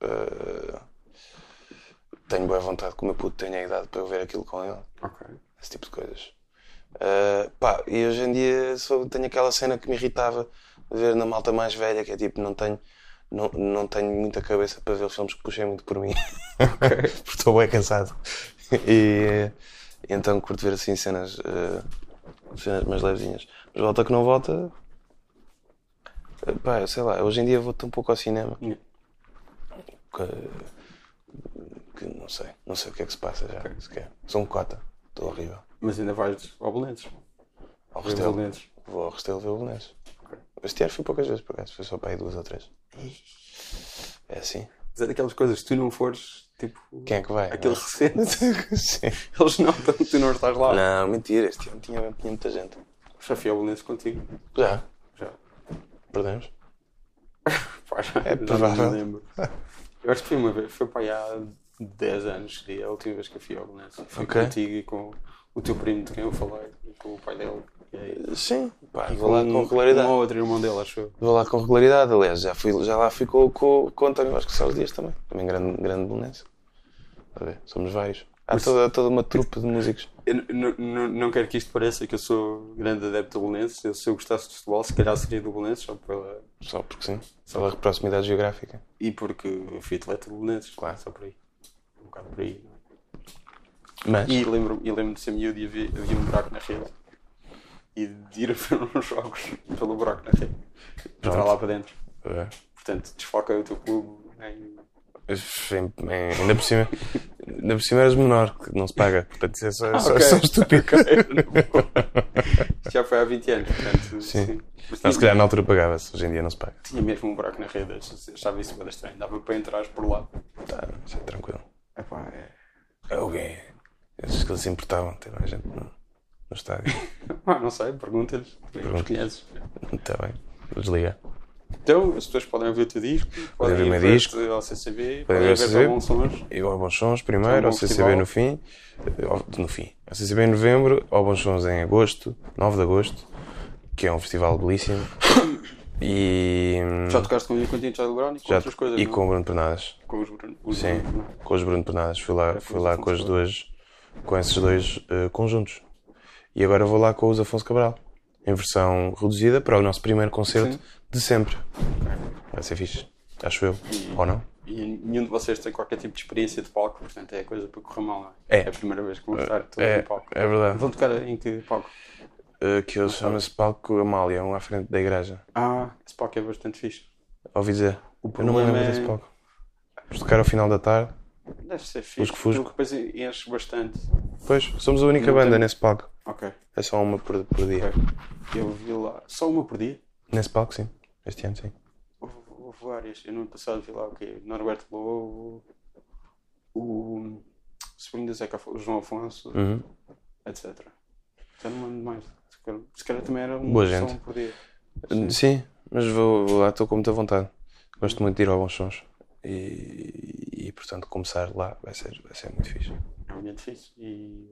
C: Ah, Tenho boa vontade que o meu puto tenha a idade para eu ver aquilo com ele.
B: Ok.
C: esse tipo de coisas. Ah, pá, e hoje em dia sou, tenho aquela cena que me irritava de ver na malta mais velha, que é tipo, não tenho, não, não tenho muita cabeça para ver filmes que puxei muito por mim, porque estou bem cansado. E, eh, então curto ver assim cenas, eh, cenas mais levezinhas. Mas volta que não volta, eh, pá, um sei lá, hoje em dia vou tão pouco ao cinema
B: Yeah.
C: que que não sei. Não sei o que é que se passa já. Sequer. Sou um cota. Estou horrível.
B: Mas ainda vais ao Belenenses.
C: Ao
B: Ver
C: Restelo.
B: Belenenses.
C: Vou ao Restelo ver o Belenenses. Este ano fui poucas vezes, por acaso. Foi só para aí duas ou três. É assim?
B: Mas é daquelas coisas, se tu não fores, tipo,
C: Quem é que vai?
B: aquele recente,
C: [laughs]
B: [laughs]
C: Sim.
B: eles não estão, tu não estás lá.
C: Não, mentira. Este ano tinha, tinha muita gente.
B: Já fui ao Belenenses contigo.
C: Já.
B: Já.
C: Perdemos.
B: Pá, já- já
C: provável.
B: Não me lembro. Eu acho que foi uma vez, foi para aí há 10 anos, seria a última vez que eu fui ao Belenenses. Fui
C: Ok.
B: contigo e com o teu primo de quem eu falei, e com o pai dele. E é aí-
C: Sim. Pá,
B: E
C: vou lá com regularidade.
B: Ah, Um ou outro irmão dele, acho eu.
C: Vou lá com regularidade, aliás, já, fui, já lá fui com, com, com o António Vasconcelos Dias também, também grande, grande belenense. A ver, somos vários. Há toda, toda uma trupe de músicos.
B: Eu n- n- n- não quero que isto pareça que eu sou grande adepto do Belenenses. Eu, se eu gostasse de futebol, se calhar seria do Belenenses, só pela...
C: Só porque sim, só pela proximidade geográfica.
B: E porque eu fui atleta do Belenenses,
C: Claro.
B: só por aí. Um bocado por aí. não é?
C: Mas,
B: E lembro-me lembro de ser miúdo e havia, havia um buraco na rede. E de ir [laughs] a ver uns jogos pelo buraco na rede. Entrar lá para dentro.
C: a ver,
B: Portanto, desfoca o teu clube em...
C: em- em- ainda por cima, ainda por cima eras menor, que não se paga, portanto isso é só, é só, é
B: Ah, [laughs] ok.
C: só estúpido.
B: Isto já foi há 20 anos, portanto...
C: Sim. [laughs] Não,
B: Mas tinha,
C: se calhar na altura pagava-se, hoje em dia não se paga.
B: tinha mesmo um buraco na rede. Estava isso bem estranho. Dava para entrar por lá.
C: Tá, isso é tranquilo.
B: Epá, é...
C: Alguém, achas que eles se importavam de ter mais gente no, no estádio?
B: Ah, não sei, pergunta-lhes. Pergunta. conheces.
C: Está bem, vou desligar.
B: Então, as pessoas podem ouvir o teu disco, podem
C: ouvir o meu
B: ver-te
C: disco,
B: ao
C: podem
B: CCB, podem
C: ver
B: ver
C: ao CCB.
B: te ao Sons.
C: Eu ao Bons Sons primeiro,
B: Então,
C: ao
B: bom
C: CCB
B: festival.
C: no fim, eh, ao- no fim, ao CCB em novembro, ao Bons Sons em agosto, 9 de agosto, que é um festival belíssimo,
B: [coughs]
C: e hum,
B: Já tocaste com o Quintino Charlie Brown e com
C: já-
B: outras coisas,
C: e
B: não?
C: com o Bruno Pernadas,
B: Com os Bruno. os
C: sim,
B: Bruno, não?
C: com os Bruno Pernadas, fui lá, fui lá com as duas, com esses dois eh, conjuntos, e agora vou lá com os Afonso Cabral, em versão reduzida para o nosso primeiro concerto de sempre, vai ser fixe, acho eu, ou não?
B: E nenhum de vocês tem qualquer tipo de experiência de palco, portanto é coisa para correr mal, não
C: É.
B: é? a primeira vez que vão estar todos
C: É,
B: em palco.
C: é verdade.
B: Vão tocar em que palco?
C: Uh, que ele chama-se Palco Amália, um à frente da igreja.
B: Ah, esse palco é bastante fixe.
C: Ouvi dizer. Eu não me
B: problema
C: lembro
B: é-
C: desse palco. Vamos tocar ao final da tarde.
B: Deve ser fixe. um
C: Fusco-fusco.
B: Tu depois enches bastante.
C: Pois, somos a única banda nesse palco.
B: Ok.
C: É só uma por, por dia.
B: Eu vi lá, só uma por dia.
C: Nesse palco, sim. Este ano, sim.
B: Vou várias. Eu no ano passado vi lá o quê? Norberto Lobo, o sobrinho do Zeca, Afo- o João Afonso,
C: Uhum.
B: etc. Já não mando mais. Se calhar, se calhar também era um
C: Boa
B: só
C: gente.
B: um por dia.
C: Sim, mas vou, vou lá, estou com muita vontade. Gosto muito de ir ao Bons Sons. E, e, portanto, começar lá vai ser, vai ser muito fixe.
B: É um ambiente fixe. E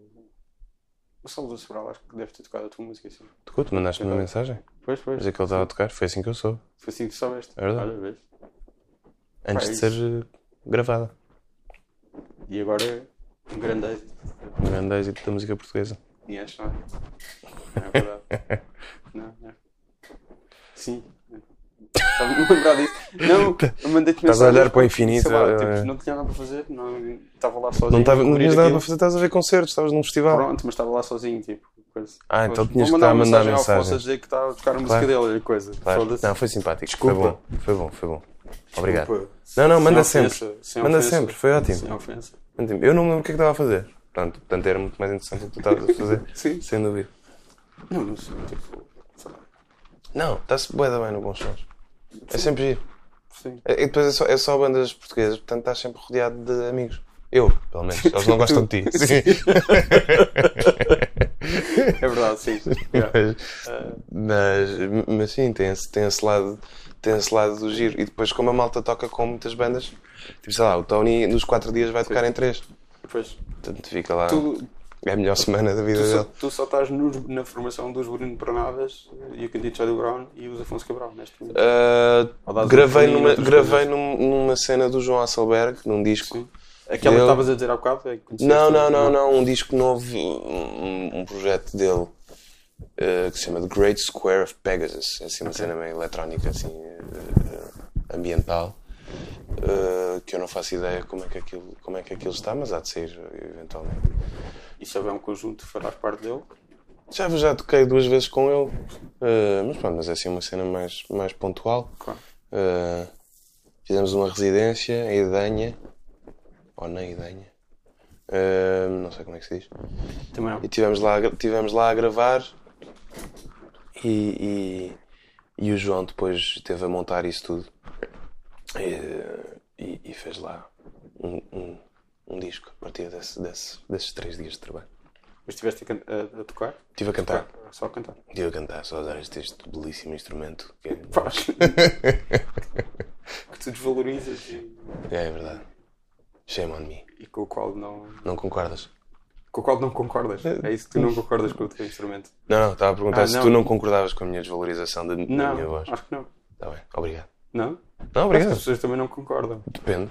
B: o Salvador Sobral acho que deve ter tocado a tua música assim.
C: Tocou, tu mandaste-me uma mensagem.
B: Pois, pois.
C: Mas é que ele estava a tocar, foi assim que eu soube.
B: Foi assim que tu soubeste.
C: É verdade.
B: Olha, vês?
C: Antes
B: Pá,
C: de
B: é
C: ser eh, gravada.
B: E agora um grande êxito.
C: Um grande êxito da música portuguesa.
B: E és, não é? Não é
C: [laughs]
B: verdade. não, não. Sim. Estava-me a lembrar disso. Não, eu mandei-te
C: Estás a
B: mensagem,
C: olhar para o infinito,
B: sei lá, tipo,
C: é.
B: não tinha nada para fazer, não, estava lá sozinho.
C: Não, tava,
B: a
C: não
B: cobrir
C: tinhas nada
B: aquilo.
C: para fazer, estás a ver concertos, estavas num festival.
B: Pronto, mas estava lá sozinho, tipo. Coisa.
C: Ah, então
B: Vou
C: tinhas que estar a mandar
B: uma ao Afonso
C: mensagens.
B: a dizer que estava a tocar a música dele, olha, coisa.
C: Claro.
B: Foda-se.
C: Não, foi simpático.
B: Desculpa.
C: Foi bom, foi bom, foi bom. Obrigado.
B: Desculpa.
C: Não, não, manda
B: Sem
C: sempre.
B: ofensa, sem
C: manda
B: ofensa.
C: sempre, foi ótimo.
B: Sem ofensa.
C: Eu não me lembro o que é que estava a fazer. Pronto, portanto era muito mais interessante o que tu estavas a fazer. [laughs]
B: Sim.
C: Sem dúvida.
B: Não, não sei, tipo, sei lá.
C: Não, está-se bué da bem no Bons Sons. É sempre giro.
B: Sim.
C: E e depois é só, é só bandas portuguesas, portanto estás sempre rodeado de amigos. Eu, pelo menos. Eles não gostam de ti. Sim.
B: É
C: [laughs]
B: verdade, sim.
C: [laughs]
B: Eh,
C: mas, mas, mas sim, tem esse, tem, esse lado, tem esse lado do giro. E depois, como a malta toca com muitas bandas, tipo, sei lá, o Tony nos 4 dias vai tocar em 3.
B: Pois.
C: Portanto, fica lá.
B: Tu,
C: É a melhor semana da vida
B: Tu só,
C: dele.
B: tu só estás nos- na formação dos Bruno Pernadas e o Candido Charlie Brown e os Afonso Cabral, neste momento.
C: Ah,
B: Saudades
C: gravei
B: do Tony e
C: numa,
B: outras
C: gravei num- numa cena do João Asselberg, num disco.
B: Aquela que
C: dele-
B: estavas a dizer há bocado? É que conheceste-
C: Não, não, não, não, um disco novo, um, um projeto dele eh, que se chama The Great Square of Pegasus, é assim uma cena meio eletrónica, assim, eh, eh, ambiental, eh, que eu não faço ideia como é, que aquilo, como é que aquilo está, mas há de sair eh, eventualmente.
B: Isso é um conjunto, farás parte dele.
C: Já, já toquei duas vezes com ele, eh, mas pronto, mas é assim uma cena mais, mais pontual.
B: Claro.
C: Eh, fizemos uma residência em Idanha, ou na Idenha. Ah, não sei como é que se diz.
B: Também é um. há
C: E tivemos lá, a gra- tivemos lá a gravar e, e, e o João depois esteve a montar isso tudo eh, e, e- e fez lá um, um- um disco a partir desse- desse- desses três dias de trabalho.
B: Mas estiveste a, can- a- a tocar? é
C: Estive a cantar,
B: Só a cantar.
C: estive a cantar, só a usar este, este belíssimo instrumento. que é- [laughs]
B: Faz. que tu desvalorizas e,
C: é verdade. Shame on me.
B: e com o qual não.
C: Não concordas?
B: Com o qual não concordas.
C: Eh,
B: É isso que tu não concordas com o teu instrumento.
C: Não, não, estava a perguntar
B: Ah,
C: se
B: não.
C: tu não concordavas com a minha desvalorização da, da minha
B: Não,
C: voz.
B: acho que não.
C: Está bem, obrigado.
B: Não?
C: Não,
B: Acho que
C: obrigado.
B: as pessoas também não concordam.
C: Depende.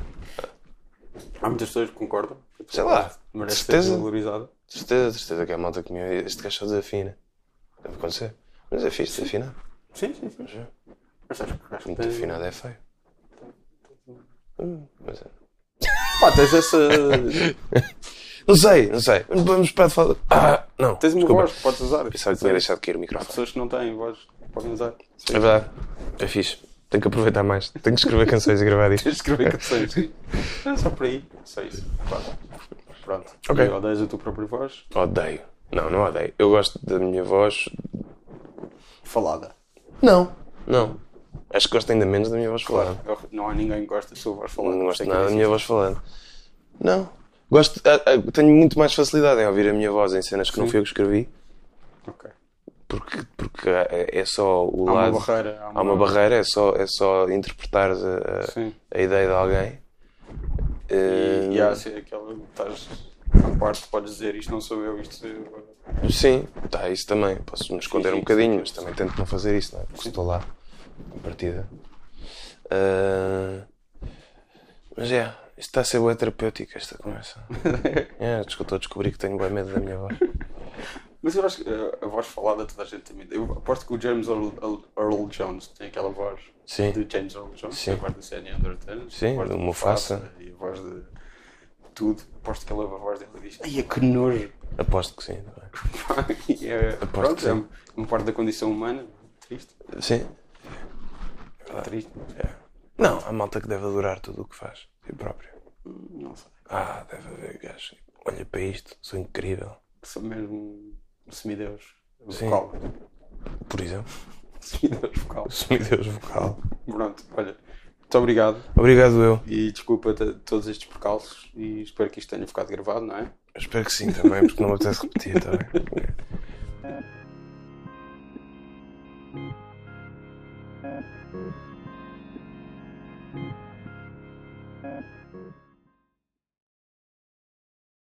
B: Há muitas pessoas que concordam.
C: Sei lá,
B: Ah, Merece ser
C: certeza.
B: desvalorizada.
C: Certeza, certeza que é a malta comeu. Este gajo só desafina. Deve acontecer. Mas é fixe, desafina.
B: Sim, sim, sim. Mas acho que acho que
C: é. Muito
B: tens-
C: afinado é feio. Hum, mas é.
B: Pá, tens essa.
C: Não sei, não sei. Vamos para de falar. Ah, não.
B: Tens uma
C: desculpa.
B: voz que podes usar.
C: Pensava que tinha deixado cair o
B: Há
C: microfone.
B: pessoas que não têm voz que podem usar.
C: É verdade. É fixe. Tenho que aproveitar mais. Tenho que escrever canções e gravar
B: [laughs]
C: isto.
B: Escrever canções.
C: [laughs]
B: É só por aí. Só isso. Pá. Pronto.
C: Ok.
B: E Odeias a tua própria voz.
C: Odeio. Não, não odeio. Eu gosto da minha voz.
B: Falada.
C: Não, não. Acho que gosto ainda menos da minha voz falada.
B: Eu- Não há ninguém que gosta da sua voz falada.
C: Ah. Não gosto
B: Sei que
C: nada da
B: é
C: minha voz falando. Não. Gosto, ah, ah, tenho muito mais facilidade em ouvir a minha voz em cenas que não fui eu que escrevi,
B: isso. Ok.
C: porque, porque ah, é é só o
B: Há uma
C: lado.
B: barreira. Há
C: há uma barreira, é só, é só interpretar a,
B: Sim.
C: a ideia de alguém. Eh,
B: E, e há assim, aquela. Estás à parte, podes dizer isto não sou eu, isto
C: [laughs]
B: sou eu.
C: Sim, tá, isso também. Posso me esconder
B: Sim,
C: um
B: sim,
C: bocadinho,
B: sim.
C: mas também tento não fazer isso, não é? Porque estou lá, em partida. Ah, mas é, isto está a ser boa terapêutica, esta conversa. é, acho que eu estou a descobrir que tenho bem medo da minha voz.
B: Mas eu acho que eh, a voz falada toda a gente tem medo. Eu aposto que o James Earl, Earl- Earl Jones tem aquela voz
C: Sim.
B: do James Earl Jones,
C: Sim.
B: a voz do Sandy Underton,
C: Sim,
B: a voz
C: do
B: e a voz de tudo. Aposto que ele ouve a voz dele e diz: Ai, é que nojo! [laughs]
C: Aposto que sim. não é?
B: E é, pronto,
C: que
B: é
C: sim.
B: uma parte da condição humana. Triste,
C: Sim.
B: é triste.
C: é. Não, há malta que deve adorar tudo o que faz, si próprio.
B: Não sei.
C: Ah, deve haver gajo. Olha para isto, sou incrível.
B: Sou mesmo um semideus
C: Sim.
B: vocal. [laughs]
C: Por exemplo, [laughs]
B: Semideus vocal.
C: semideus vocal.
B: Pronto, olha. Muito obrigado
C: Obrigado, eu.
B: e desculpa t- todos estes percalços e espero que isto tenha ficado gravado, não é?
C: Eu Espero que sim também, porque não me apetece repetir, está bem?